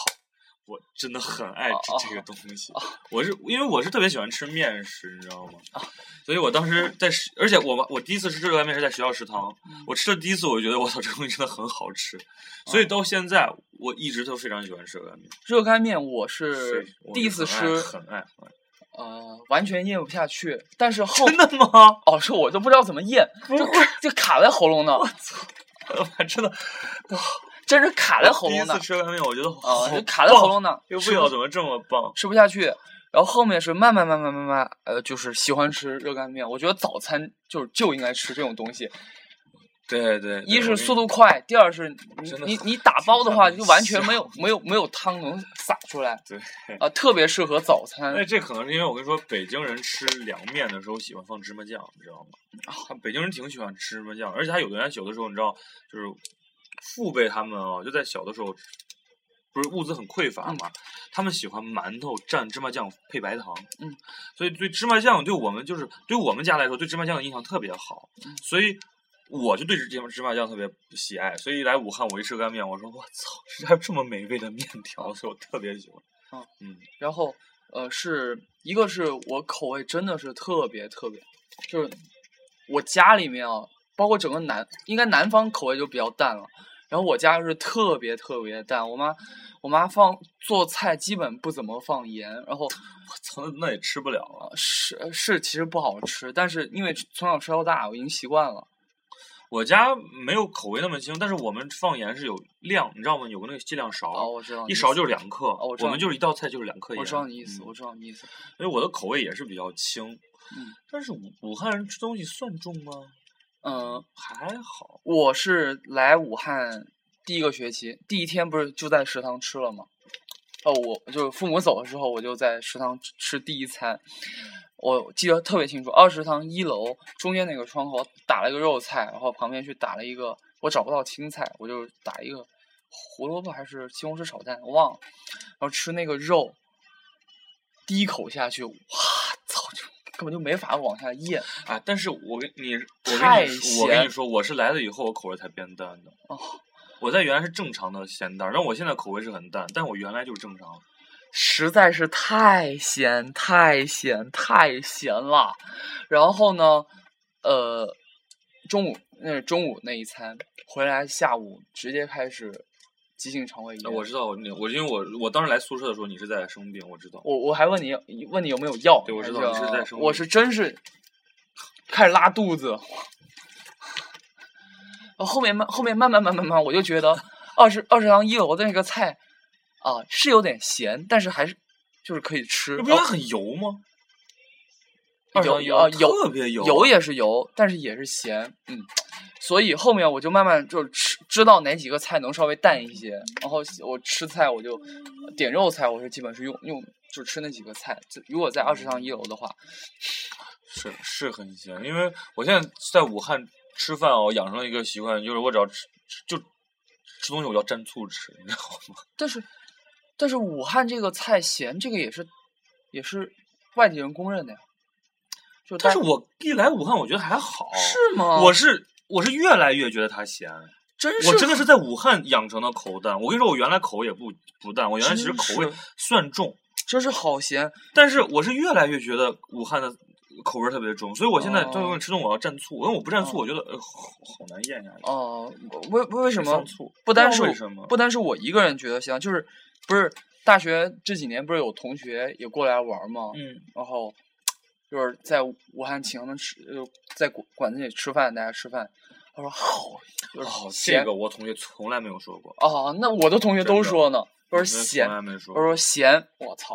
Speaker 4: 我真的很爱
Speaker 3: 哦
Speaker 4: 吃这个东西。我是因为我是特别喜欢吃面食，你知道吗？
Speaker 3: 哦
Speaker 4: 所以我当时在食，而且我们我第一次吃热干面是在学校食堂，
Speaker 3: 嗯
Speaker 4: 我吃了第一次，我就觉得我操，这东西真的很好吃，
Speaker 3: 哦
Speaker 4: 所以到现在我一直都非常喜欢吃热干面。
Speaker 3: 热干面我是
Speaker 4: 是我
Speaker 3: 第一次
Speaker 4: 很爱
Speaker 3: 吃，
Speaker 4: 很爱很爱。
Speaker 3: 呃，完全咽不下去，但是后
Speaker 4: 真的吗？
Speaker 3: 哦，是我都不知道怎么咽，就就卡在喉咙呢，
Speaker 4: 真的，
Speaker 3: 真是卡在喉
Speaker 4: 第一
Speaker 3: 咙呢
Speaker 4: 次，吃热干面，我觉得好
Speaker 3: 啊，就卡在喉
Speaker 4: 棒
Speaker 3: 咙呢，
Speaker 4: 又
Speaker 3: 吃
Speaker 4: 不知道怎么这么棒。
Speaker 3: 吃不下去。然后后面是慢慢慢慢慢慢，呃，就是喜欢吃热干面。我觉得早餐就是就应该吃这种东西，
Speaker 4: 对对，
Speaker 3: 一是速度快，第二是你
Speaker 4: 真的
Speaker 3: 你你打包的话
Speaker 4: 挺
Speaker 3: 就完全
Speaker 4: 香
Speaker 3: 没有没有没有汤能洒出来
Speaker 4: 对。
Speaker 3: 啊，特别适合早餐
Speaker 4: 哎那这可能是因为我跟你说，北京人吃凉面的时候喜欢放芝麻酱，你知道吗？啊，北京人挺喜欢吃芝麻酱，而且他有的人有的时候，你知道，就是父辈他们啊，就在小的时候，不是物资很匮乏嘛，他们喜欢馒头蘸芝麻酱配白糖。
Speaker 3: 嗯，
Speaker 4: 所以对芝麻酱，对我们就是对我们家来说，对芝麻酱的印象特别好，
Speaker 3: 嗯
Speaker 4: 所以。我就对这芝麻酱特别喜爱，所以一来武汉，我一吃干面，我说我操，还有这么美味的面条，所以我特别喜欢。
Speaker 3: 啊，
Speaker 4: 嗯，
Speaker 3: 然后呃，是一个是我口味真的是特别特别，就是我家里面啊，包括整个南，应该南方口味就比较淡了。然后我家是特别特别淡，我妈我妈放做菜基本不怎么放盐，然后
Speaker 4: 我操，那也吃不了啊。
Speaker 3: 呃是呃是其实不好吃，但是因为从小吃到大，我已经习惯了。
Speaker 4: 我家没有口味那么轻，但是我们放盐是有量，你知道吗？有个那个计量勺，
Speaker 3: 哦，我知道你
Speaker 4: 一
Speaker 3: 意
Speaker 4: 勺
Speaker 3: 思
Speaker 4: 就是两克。
Speaker 3: 哦我知道
Speaker 4: 们就是一道菜就是两克盐。
Speaker 3: 我知道你意思，
Speaker 4: 嗯
Speaker 3: 我知道你意思。
Speaker 4: 所以我的口味也是比较轻。
Speaker 3: 嗯
Speaker 4: 但是武武汉人吃东西算重吗？
Speaker 3: 嗯，
Speaker 4: 还好。
Speaker 3: 我是来武汉第一个学期，第一天不是就在食堂吃了吗？哦，我就是父母走了之后，我就在食堂吃吃第一餐，我记得特别清楚。二食堂一楼中间那个窗口打了一个肉菜，然后旁边去打了一个，我找不到青菜，我就打一个胡萝卜还是西红柿炒蛋，我忘了。然后吃那个肉，第一口下去，哇操，就根本就没法往下咽。
Speaker 4: 啊，但是我跟你，我跟
Speaker 3: 太
Speaker 4: 你说，我跟
Speaker 3: 咸
Speaker 4: 你说，我是来了以后，我口味才变淡的。
Speaker 3: 哦，
Speaker 4: 我在原来是正常的咸淡，然后我现在口味是很淡，但我原来就是正常。
Speaker 3: 实在是太咸、太咸、太咸了。然后呢，呃，中午那是中午那一餐回来，下午直接开始急性肠胃炎。
Speaker 4: 那我知道，我我因为我我当时来宿舍的时候你是在生病，我知道。
Speaker 3: 我我还问你问你有没有药，
Speaker 4: 对我
Speaker 3: 还
Speaker 4: 知
Speaker 3: 是
Speaker 4: 道你是在生
Speaker 3: 我
Speaker 4: 病
Speaker 3: 是真是开始拉肚子，后面慢后面慢慢慢慢慢，我就觉得二十二十堂一楼的那个菜啊是有点咸，但是还是就是可以吃，哦
Speaker 4: 那不
Speaker 3: 然
Speaker 4: 应
Speaker 3: 后
Speaker 4: 该很油吗？
Speaker 3: 有
Speaker 4: 哦二郎油
Speaker 3: 啊有
Speaker 4: 特别油，
Speaker 3: 油也是油，但是也是咸，嗯，所以后面我就慢慢就吃知道哪几个菜能稍微淡一些，然后我吃菜我就点肉菜，我是基本是用用就吃那几个菜，就如果在
Speaker 4: 嗯
Speaker 3: 二十堂一楼的话，
Speaker 4: 是是很咸。因为我现在在武汉吃饭哦，我养成了一个习惯，就是我只要吃吃就吃东西我要蘸醋吃，你知道吗？
Speaker 3: 但是，但是武汉这个菜咸，这个也是也是外地人公认的呀。就
Speaker 4: 但是
Speaker 3: 大
Speaker 4: 我一来武汉，我觉得还好。
Speaker 3: 是吗？
Speaker 4: 我是啊我是越来越觉得它咸。
Speaker 3: 真是
Speaker 4: 我真的是在武汉养成的口淡。我跟你说，我原来口也不不淡，我原来其实
Speaker 3: 真
Speaker 4: 口味
Speaker 3: 是
Speaker 4: 算重，
Speaker 3: 真是好咸，
Speaker 4: 但是我是越来越觉得武汉的口味特别重，所以我现在
Speaker 3: 哦
Speaker 4: 在外面吃东西我要蘸醋，因为我不蘸醋，
Speaker 3: 哦
Speaker 4: 我觉得呃好好难咽下来。
Speaker 3: 哦、为为为什么
Speaker 4: 放醋？
Speaker 3: 不单是
Speaker 4: 知道
Speaker 3: 我
Speaker 4: 为什么
Speaker 3: 不单是我一个人觉得香，就是不是大学这几年不是有同学也过来玩吗？
Speaker 4: 嗯，
Speaker 3: 然后就是在武汉请他们吃，呃在馆馆子里吃饭，大家吃饭，他说好，就是
Speaker 4: 哦，
Speaker 3: 咸
Speaker 4: 这个我同学从来没有说过，
Speaker 3: 哦，那我的同学
Speaker 4: 真
Speaker 3: 都
Speaker 4: 的
Speaker 3: 说呢，
Speaker 4: 我
Speaker 3: 都
Speaker 4: 同
Speaker 3: 是
Speaker 4: 学
Speaker 3: 咸
Speaker 4: 从，来没说
Speaker 3: 我
Speaker 4: 过。
Speaker 3: 说咸，嗯我操！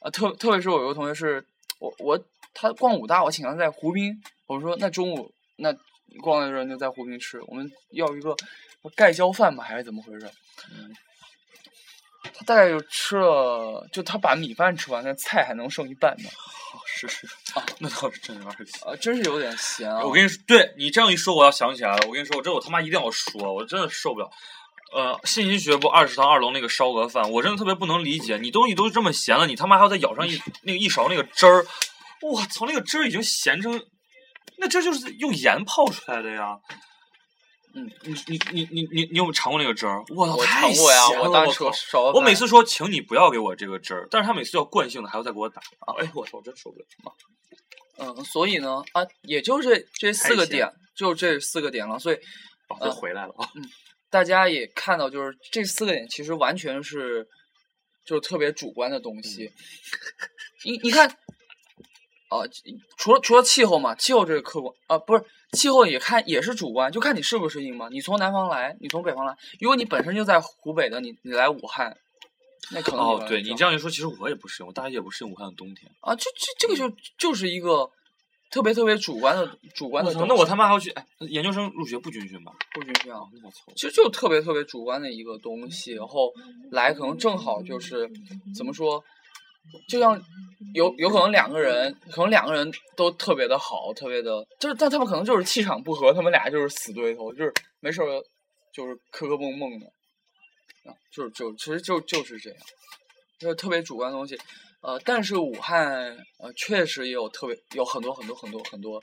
Speaker 3: 啊，特特别是我有个同学是，我我他逛武大，我请他在湖滨，我说那中午那逛的时候就在湖滨吃，我们要一个盖浇饭吧，还是怎么回事？他大概就吃了，就他把米饭吃完，那菜还能剩一半呢，
Speaker 4: 哦是是，那倒是真有点咸。
Speaker 3: 啊，真是有点咸啊！
Speaker 4: 我跟你说，对你这样一说，我要想起来了。我跟你说，我这我他妈一定要说，我真的受不了。呃，信息学部二食堂二楼那个烧鹅饭，我真的特别不能理解，你东西都这么咸了，你他妈还要再舀上一那个一勺那个汁儿，我操，那个汁儿已经咸成，那汁儿就是用盐泡出来的呀。
Speaker 3: 嗯，
Speaker 4: 你你你你你你有没有尝过那个汁儿？我操，
Speaker 3: 我
Speaker 4: 太
Speaker 3: 尝
Speaker 4: 咸
Speaker 3: 过呀，
Speaker 4: 了！
Speaker 3: 我当时
Speaker 4: 靠
Speaker 3: 烧鹅
Speaker 4: 我每
Speaker 3: 饭
Speaker 4: 次说请你不要给我这个汁儿，但是他每次要惯性的还要再给我打，哎，我操，我真受不了。
Speaker 3: 嗯，所以呢，啊，也就这这四
Speaker 4: 太
Speaker 3: 个
Speaker 4: 咸
Speaker 3: 点，就这四个点了，所以
Speaker 4: 哦，又回来了啊！
Speaker 3: 大家也看到，就是这四个点其实完全是就是特别主观的
Speaker 4: 嗯
Speaker 3: 东西。你你看，啊、除了除了气候嘛，气候这是客观啊、不是气候也看也是主观，就看你适不适应嘛。你从南方来，你从北方来，如果你本身就在湖北的，你你来武汉，那可能
Speaker 4: 哦，
Speaker 3: 来
Speaker 4: 对
Speaker 3: 就
Speaker 4: 你这样一说，其实我也不适应，我大一也不适应武汉的冬天。
Speaker 3: 啊，这这这个就就是一个特别特别主观的主观
Speaker 4: 我
Speaker 3: 的
Speaker 4: 操
Speaker 3: 东，西。
Speaker 4: 那我他妈还要去哎，研究生入学不军训吧？
Speaker 3: 不允许啊。
Speaker 4: 啊，那我操！
Speaker 3: 其实就特别特别主观的一个东西，然后来可能正好就是
Speaker 4: 嗯
Speaker 3: 怎么说，就像有有可能两个人，可能两个人都特别的好，特别的，就是但他们可能就是气场不合，他们俩就是死对头，就是没事儿就是磕磕碰碰的，啊，就是就其实就就是这样，就是特别主观的东西，呃，但是武汉呃确实也有特别有很多很多很多很多，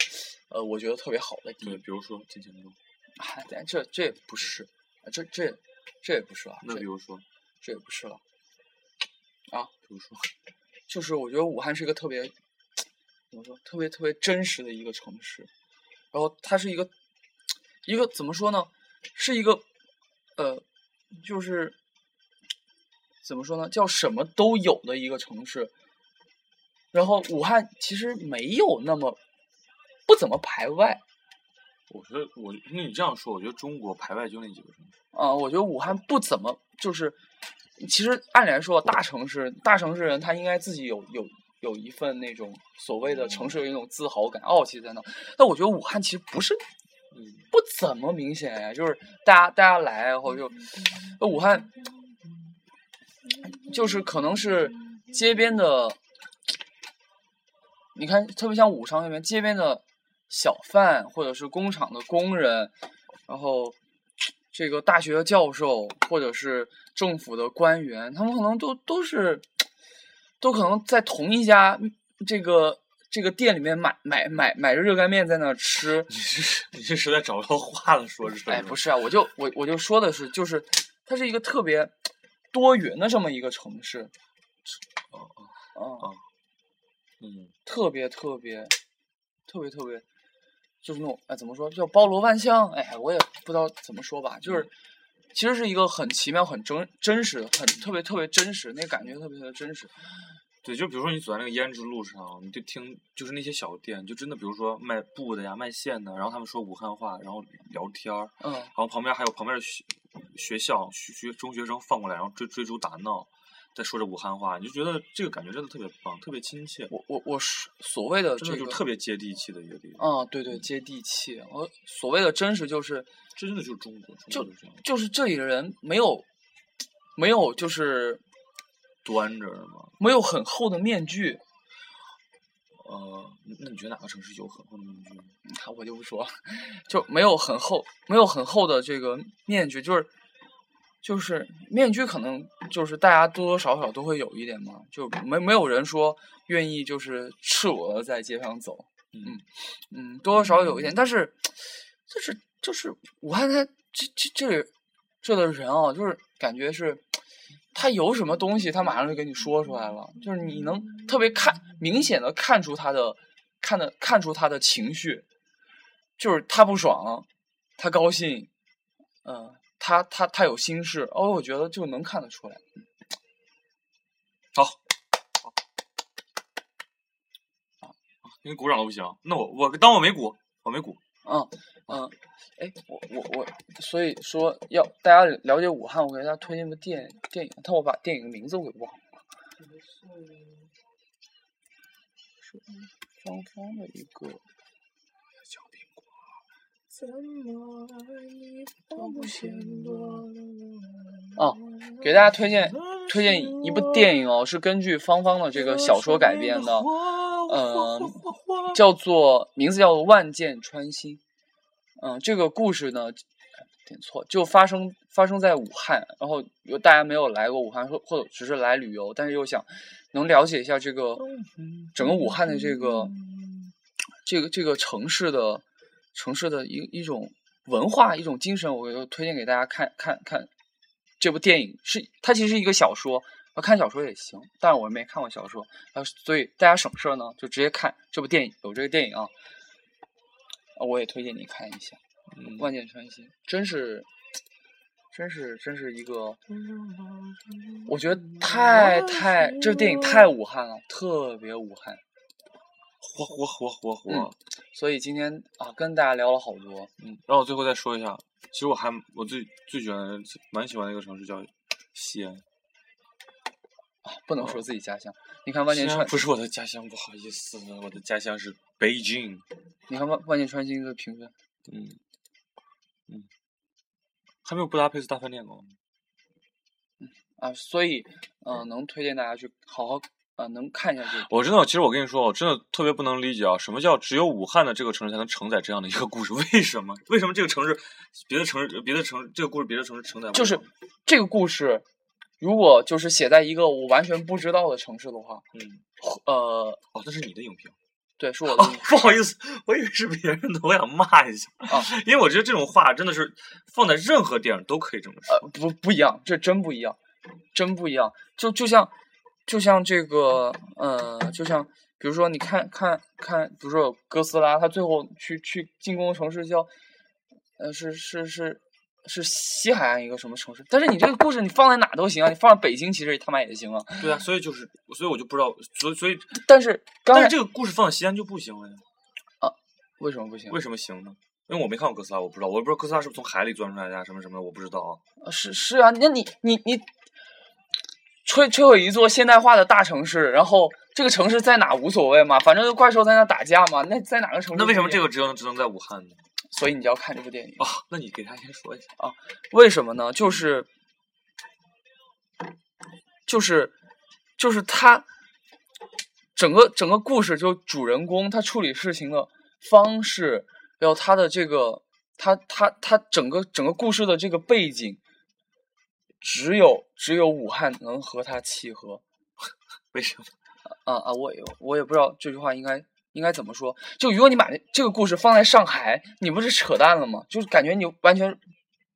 Speaker 3: 呃，我觉得特别好的地
Speaker 4: 对，
Speaker 3: 方。
Speaker 4: 比如说金钱路，
Speaker 3: 哎，咱这这也不是，啊这这这也不是啊，
Speaker 4: 那
Speaker 3: 这
Speaker 4: 比如说，
Speaker 3: 这也不是了。啊
Speaker 4: 比如说，
Speaker 3: 就是我觉得武汉是一个特别，怎么说，特别特别真实的一个城市，然后它是一个，一个怎么说呢，是一个，呃，就是怎么说呢，叫什么都有的一个城市。然后武汉其实没有那么不怎么排外
Speaker 4: 我觉得我那你这样说，我觉得中国排外就那几个城市。
Speaker 3: 啊、我觉得武汉不怎么就是，其实按理来说，大城市大城市人他应该自己有有有一份那种所谓的城市有一种自豪感、傲气在那。但我觉得武汉其实不是
Speaker 4: 嗯，
Speaker 3: 不怎么明显呀，就是大家大家来，然后就呃武汉就是可能是街边的，你看特别像武昌那边街边的小贩或者是工厂的工人，然后这个大学的教授或者是政府的官员，他们可能都都是都可能在同一家这个。这个店里面买买买买着热干面在那儿吃，
Speaker 4: 你是你是实在找不到话了，说是？
Speaker 3: 哎，不，是啊，我就我我就说的是，就是它是一个特别多元的这么一个城市，
Speaker 4: 哦哦
Speaker 3: 啊，
Speaker 4: 嗯，
Speaker 3: 特别特别特别特别，
Speaker 4: 嗯
Speaker 3: 就是那种哎怎么说叫包罗万象，哎，我也不知道怎么说吧，就是其实是一个很奇妙、很真真实、很特别特别真实，那个感觉特别特别真实。
Speaker 4: 对，就比如说你走在那个胭脂路上，你就听就是那些小店，就真的比如说卖布的呀、卖线的，然后他们说武汉话，然后聊天儿，
Speaker 3: 嗯，
Speaker 4: 然后旁边还有旁边的学学校学学中学生放过来，然后追追逐打闹，在说着武汉话，你就觉得这个感觉真的特别棒，特别亲切，
Speaker 3: 我我我是所谓的
Speaker 4: 真
Speaker 3: 这
Speaker 4: 的
Speaker 3: 个
Speaker 4: 就特别接地气的一个地方。
Speaker 3: 啊、对对，接地气。我所谓的真实就是
Speaker 4: 这真的就是中国，中
Speaker 3: 就
Speaker 4: 国就这样
Speaker 3: 就是这里的人没有没有就是
Speaker 4: 端着的嘛。
Speaker 3: 没有很厚的面具，
Speaker 4: 呃，那你觉得哪个城市有很厚的面具？
Speaker 3: 看 我就不说，就没有很厚，没有很厚的这个面具，就是就是面具，可能就是大家多多少少都会有一点嘛，就没没有人说愿意就是赤裸的在街上走，
Speaker 4: 嗯
Speaker 3: 嗯，多多少少有一点，但是就是就是武汉它这这这这的人啊，就是感觉是他有什么东西，他马上就给你说出来了，就是你能特别看明显的看出他的看的看出他的情绪，就是他不爽，他高兴，嗯、他他他有心事，哦，我觉得就能看得出来。
Speaker 4: 因为鼓掌都不行，那我我当我没鼓，我没鼓。
Speaker 3: 嗯嗯，哎，我我我，所以说要大家了解武汉，我给大家推荐部电电影，但我把电影名字我给忘了。是双方的一个哦，给大家推荐推荐一部电影哦，是根据芳芳的这个小说改编的，呃，叫做名字叫做《万箭穿心》。嗯，这个故事呢，点错，就发生发生在武汉，然后有大家没有来过武汉，或或者只是来旅游，但是又想能了解一下这个整个武汉的这个这个这个城市的城市的一一种文化一种精神，我就推荐给大家看看看这部电影，是它其实是一个小说，要看小说也行，但是我没看过小说，啊，所以大家省事儿呢，就直接看这部电影，有这个电影啊，啊我也推荐你看一下
Speaker 4: 嗯
Speaker 3: 《万箭穿心》，真是，真是，真是一个，我觉得太太这部电影太武汉了，特别武汉，
Speaker 4: 火火火火火！
Speaker 3: 嗯所以今天啊跟大家聊了好多，
Speaker 4: 嗯，然后我最后再说一下，其实我还我最最喜欢蛮喜欢的一个城市叫西安，
Speaker 3: 啊不能说自己家乡，你看《万
Speaker 4: 西
Speaker 3: 箭
Speaker 4: 安
Speaker 3: 穿》，
Speaker 4: 不是我的家乡，不好意思，我的家乡是北京。
Speaker 3: 你看《万万箭穿心》的评分。
Speaker 4: 嗯，嗯，还没有布达佩斯大饭店高呢。
Speaker 3: 啊，所以，呃，能推荐大家去好好，呃，能看一下这个。
Speaker 4: 我真的，其实我跟你说，我真的特别不能理解啊，什么叫只有武汉的这个城市才能承载这样的一个故事？ 为什么？为什么这个城市，别的城市，别的城市，这个故事别的城市承载不了？
Speaker 3: 就是这个故事，如果就是写在一个我完全不知道的城市的话，
Speaker 4: 嗯，
Speaker 3: 呃，
Speaker 4: 哦，那是你的影评。
Speaker 3: 对，是我的
Speaker 4: 哦，不好意思，我以为是别人的，我想骂一下
Speaker 3: 啊，
Speaker 4: 因为我觉得这种话真的是放在任何电影都可以这么说。
Speaker 3: 呃，不不一样，这真不一样，真不一样。就就像就像这个，呃，就像比如说，你看看看，比如说有哥斯拉，他最后去去进攻的城市叫，呃，是是是是西海岸一个什么城市？但是你这个故事你放在哪都行啊，你放在北京其实他妈也行啊。
Speaker 4: 对啊，所以就是，所以我就不知道，所以所以，
Speaker 3: 但是刚
Speaker 4: 但
Speaker 3: 才
Speaker 4: 是这个故事放在西安就不行了呀？
Speaker 3: 为什么不行？啊
Speaker 4: 为什么行呢？因为我没看过哥斯拉，我不知道，我也不知道哥斯拉是不是从海里钻出来的呀，什么什么的，我不知道啊。
Speaker 3: 呃是是啊，那你你你摧摧毁一座现代化的大城市，然后这个城市在哪无所谓嘛，反正怪兽在那打架嘛，那在哪个城市？
Speaker 4: 那为什么这？个只能只能在武汉呢？
Speaker 3: 所以你就要看这部电影，
Speaker 4: 啊，那你给他先说一下。
Speaker 3: 为什么呢？就是就是就是他整个整个故事，就主人公他处理事情的方式，还有他的这个他他他整个整个故事的这个背景，只有只有武汉能和他契合。
Speaker 4: 为什么？
Speaker 3: 啊啊，我也我也不知道这句话应该应该怎么说。就如果你把这这个故事放在上海，你不是扯淡了吗？就是感觉你完全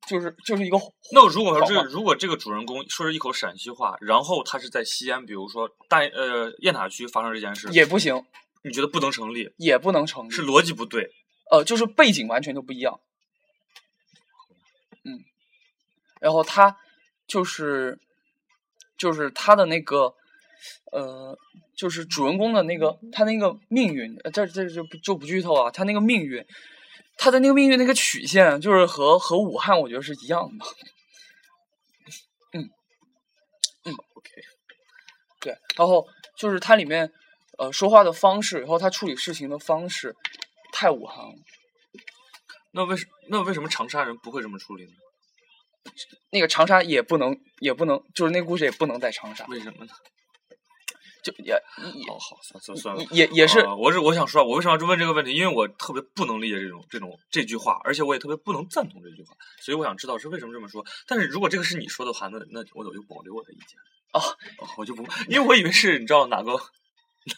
Speaker 3: 就是就是一个
Speaker 4: 那如果说这
Speaker 3: 谎话
Speaker 4: 如果这个主人公说是一口陕西话，然后他是在西安，比如说大呃雁塔区发生这件事，
Speaker 3: 也不行，
Speaker 4: 你觉得不能成立，
Speaker 3: 也不能成立
Speaker 4: 是逻辑不对。
Speaker 3: 呃，就是背景完全就不一样。嗯，然后他就是就是他的那个呃，就是主人公的那个他那个命运，呃这这就不就不剧透啊，他那个命运，他的那个命运那个曲线，就是和和武汉我觉得是一样的。嗯嗯，OK，对，然后就是它里面呃说话的方式，然后他处理事情的方式太武汉了。
Speaker 4: 那为什那为什么长沙人不会这么处理呢？
Speaker 3: 那个长沙也不能，也不能，就是那个故事也不能在长沙，
Speaker 4: 为什么呢？
Speaker 3: 就也
Speaker 4: 好好，算算算了
Speaker 3: 也。也也是
Speaker 4: 呃我是我想说，我为什么要问这个问题？因为我特别不能理解这种这种这句话，而且我也特别不能赞同这句话，所以我想知道是为什么这么说。但是如果这个是你说的话，那那我我就保留我的意见。
Speaker 3: 哦
Speaker 4: 我就不，因为我以为是你知道哪个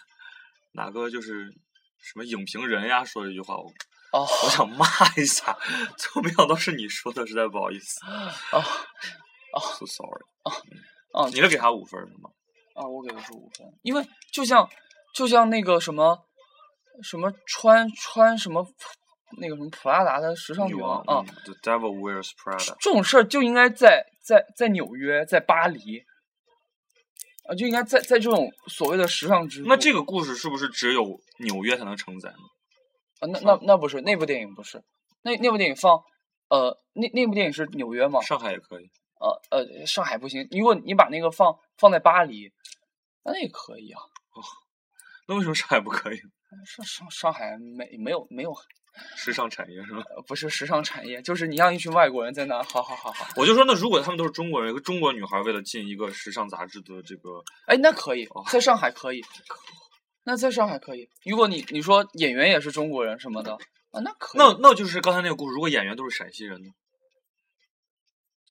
Speaker 4: 哪个就是什么影评人呀说这句话，我
Speaker 3: 哦
Speaker 4: 我想骂一下，最后没想到是你说的，实在不好意思。
Speaker 3: 哦
Speaker 4: So sorry。嗯
Speaker 3: 哦
Speaker 4: 你是给他五分儿是吗？
Speaker 3: 啊，我给的是五分，因为就像就像那个什么什么穿穿什么那个什么普拉达的时尚
Speaker 4: 女
Speaker 3: 女
Speaker 4: 王
Speaker 3: 王啊，
Speaker 4: 嗯，The Devil Wears Prada。
Speaker 3: 这种事儿就应该在在在纽约，在巴黎啊，就应该在在这种所谓的时尚之都
Speaker 4: 那这个故事是不是只有纽约才能承载呢？
Speaker 3: 啊那那那不是那部电影不是那那部电影放呃那那部电影是纽约吗？
Speaker 4: 上海也可以。
Speaker 3: 呃呃，上海不行。如果你把那个放放在巴黎，那也可以啊。
Speaker 4: 那为什么上海不可以？
Speaker 3: 上上上海没没有没有，
Speaker 4: 时尚产业是吗？
Speaker 3: 呃不是时尚产业，就是你让一群外国人在那，好好好好，
Speaker 4: 我就说，那如果他们都是中国人，一个中国女孩为了进一个时尚杂志的这个，
Speaker 3: 哎，那可以
Speaker 4: 哦，
Speaker 3: 在上海可以，那在上海可以。如果你你说演员也是中国人什么的啊，那可以。
Speaker 4: 那那就是刚才那个故事，如果演员都是陕西人呢？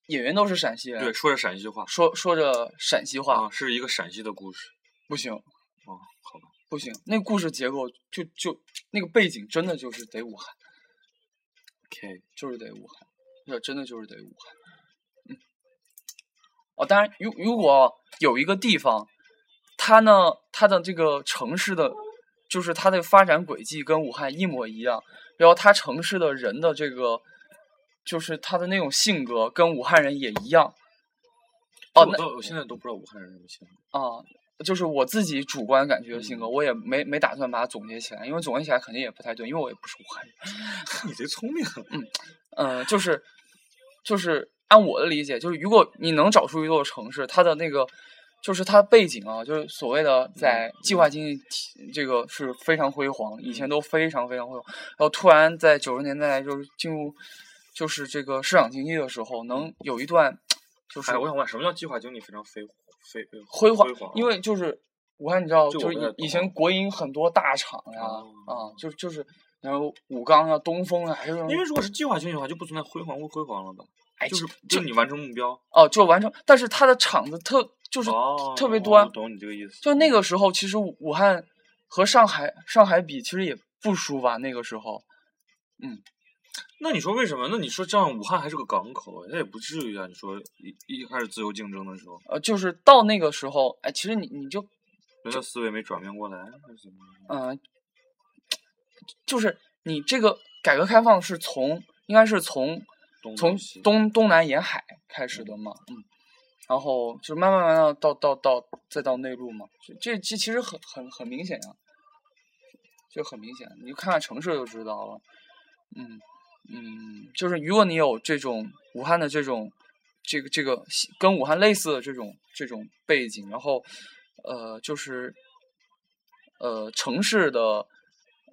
Speaker 3: 演员都是陕西人，
Speaker 4: 对，说着陕西话
Speaker 3: 说说着陕西话、
Speaker 4: 啊，是一个陕西的故事
Speaker 3: 不行
Speaker 4: 啊。好吧，
Speaker 3: 不行，那故事结构就就那个背景真的就是得武汉，
Speaker 4: ，OK，
Speaker 3: 就是得武汉，这真的就是得武汉。嗯，哦，当然，如如果有一个地方，它呢，它的这个城市的，就是它的发展轨迹跟武汉一模一样，然后它城市的人的这个，就是他的那种性格跟武汉人也一样。哦，
Speaker 4: 我
Speaker 3: 那
Speaker 4: 到我现在都不知道武汉人什么性格。
Speaker 3: 啊、就是我自己主观感觉的
Speaker 4: 嗯
Speaker 3: 性格，我也没没打算把它总结起来，因为总结起来肯定也不太对，因为我也不是武汉人。
Speaker 4: 你贼聪
Speaker 3: 啊
Speaker 4: 明，
Speaker 3: 嗯，就是就是按我的理解，就是如果你能找出一座城市，它的那个就是它的背景啊，就是所谓
Speaker 4: 嗯
Speaker 3: 的在计划经济体这个是非常辉煌，以
Speaker 4: 嗯
Speaker 3: 前都非常非常辉煌，然后突然在九十年代就是进入就是这个市场经济的时候，能有一段就是
Speaker 4: 嗯哎，我想问，什么叫计划经济非常非非非
Speaker 3: 辉
Speaker 4: 煌
Speaker 3: 煌？，因为就是武汉，你知道，
Speaker 4: 这
Speaker 3: 就
Speaker 4: 我
Speaker 3: 是
Speaker 4: 不太
Speaker 3: 以以
Speaker 4: 懂
Speaker 3: 前国营很多大厂呀、啊，
Speaker 4: 哦
Speaker 3: 就就是然后武钢啊、东风啊，还有
Speaker 4: 因为如果是计划经济的话，就不存在辉煌不辉煌了吧？
Speaker 3: 哎
Speaker 4: 就是
Speaker 3: 这
Speaker 4: 就你完成目标，
Speaker 3: 哦，就完成，但是它的厂子特就是
Speaker 4: 哦，
Speaker 3: 特别多
Speaker 4: 多。
Speaker 3: 啊
Speaker 4: 我懂你这个意思。
Speaker 3: 就那个时候，其实武武汉和上海上海比，其实也不输吧。那个时候，
Speaker 4: 那你说为什么？那你说这样，武汉还是个港口，那也不至于啊。你说一一开始自由竞争的时候，
Speaker 3: 呃，就是到那个时候，哎，其实你你就
Speaker 4: 人的思维没转变过来，还是怎么样？
Speaker 3: 嗯、呃就是你这个改革开放是从应该是从
Speaker 4: 东
Speaker 3: 从
Speaker 4: 到西
Speaker 3: 东东南沿海开始的嘛，嗯，然后就慢慢慢慢到到到再到内陆嘛，这这这其实很很很明显呀、啊就很明显，你就看看城市就知道了，嗯嗯，就是如果你有这种武汉的这种这个这个西跟武汉类似的这种这种背景，然后呃就是呃城市的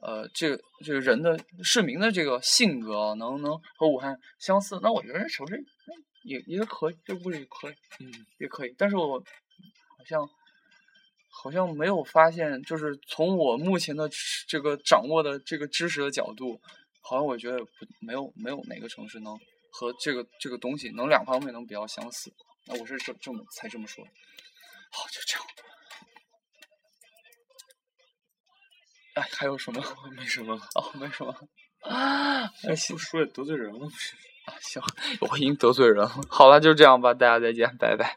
Speaker 3: 呃这个这个人的市民的这个性格啊能能和武汉相似，那我觉得这城市嗯也也可以，这个故事也可以，
Speaker 4: 嗯，
Speaker 3: 也可以，但是我好像。好像没有发现，就是从我目前的知这个掌握的这个知识的角度，好像我觉得不没有没有哪个城市能和这个这个东西能两方面能比较相似。那我是这这么才这么说的。好，就这样。哎，还有什么？
Speaker 4: 没什么，
Speaker 3: 哦，没什 么。啊，哎行啊
Speaker 4: 不说也得罪人了。
Speaker 3: 行，我已经得罪人了。好了，就这样吧，大家再见，拜拜。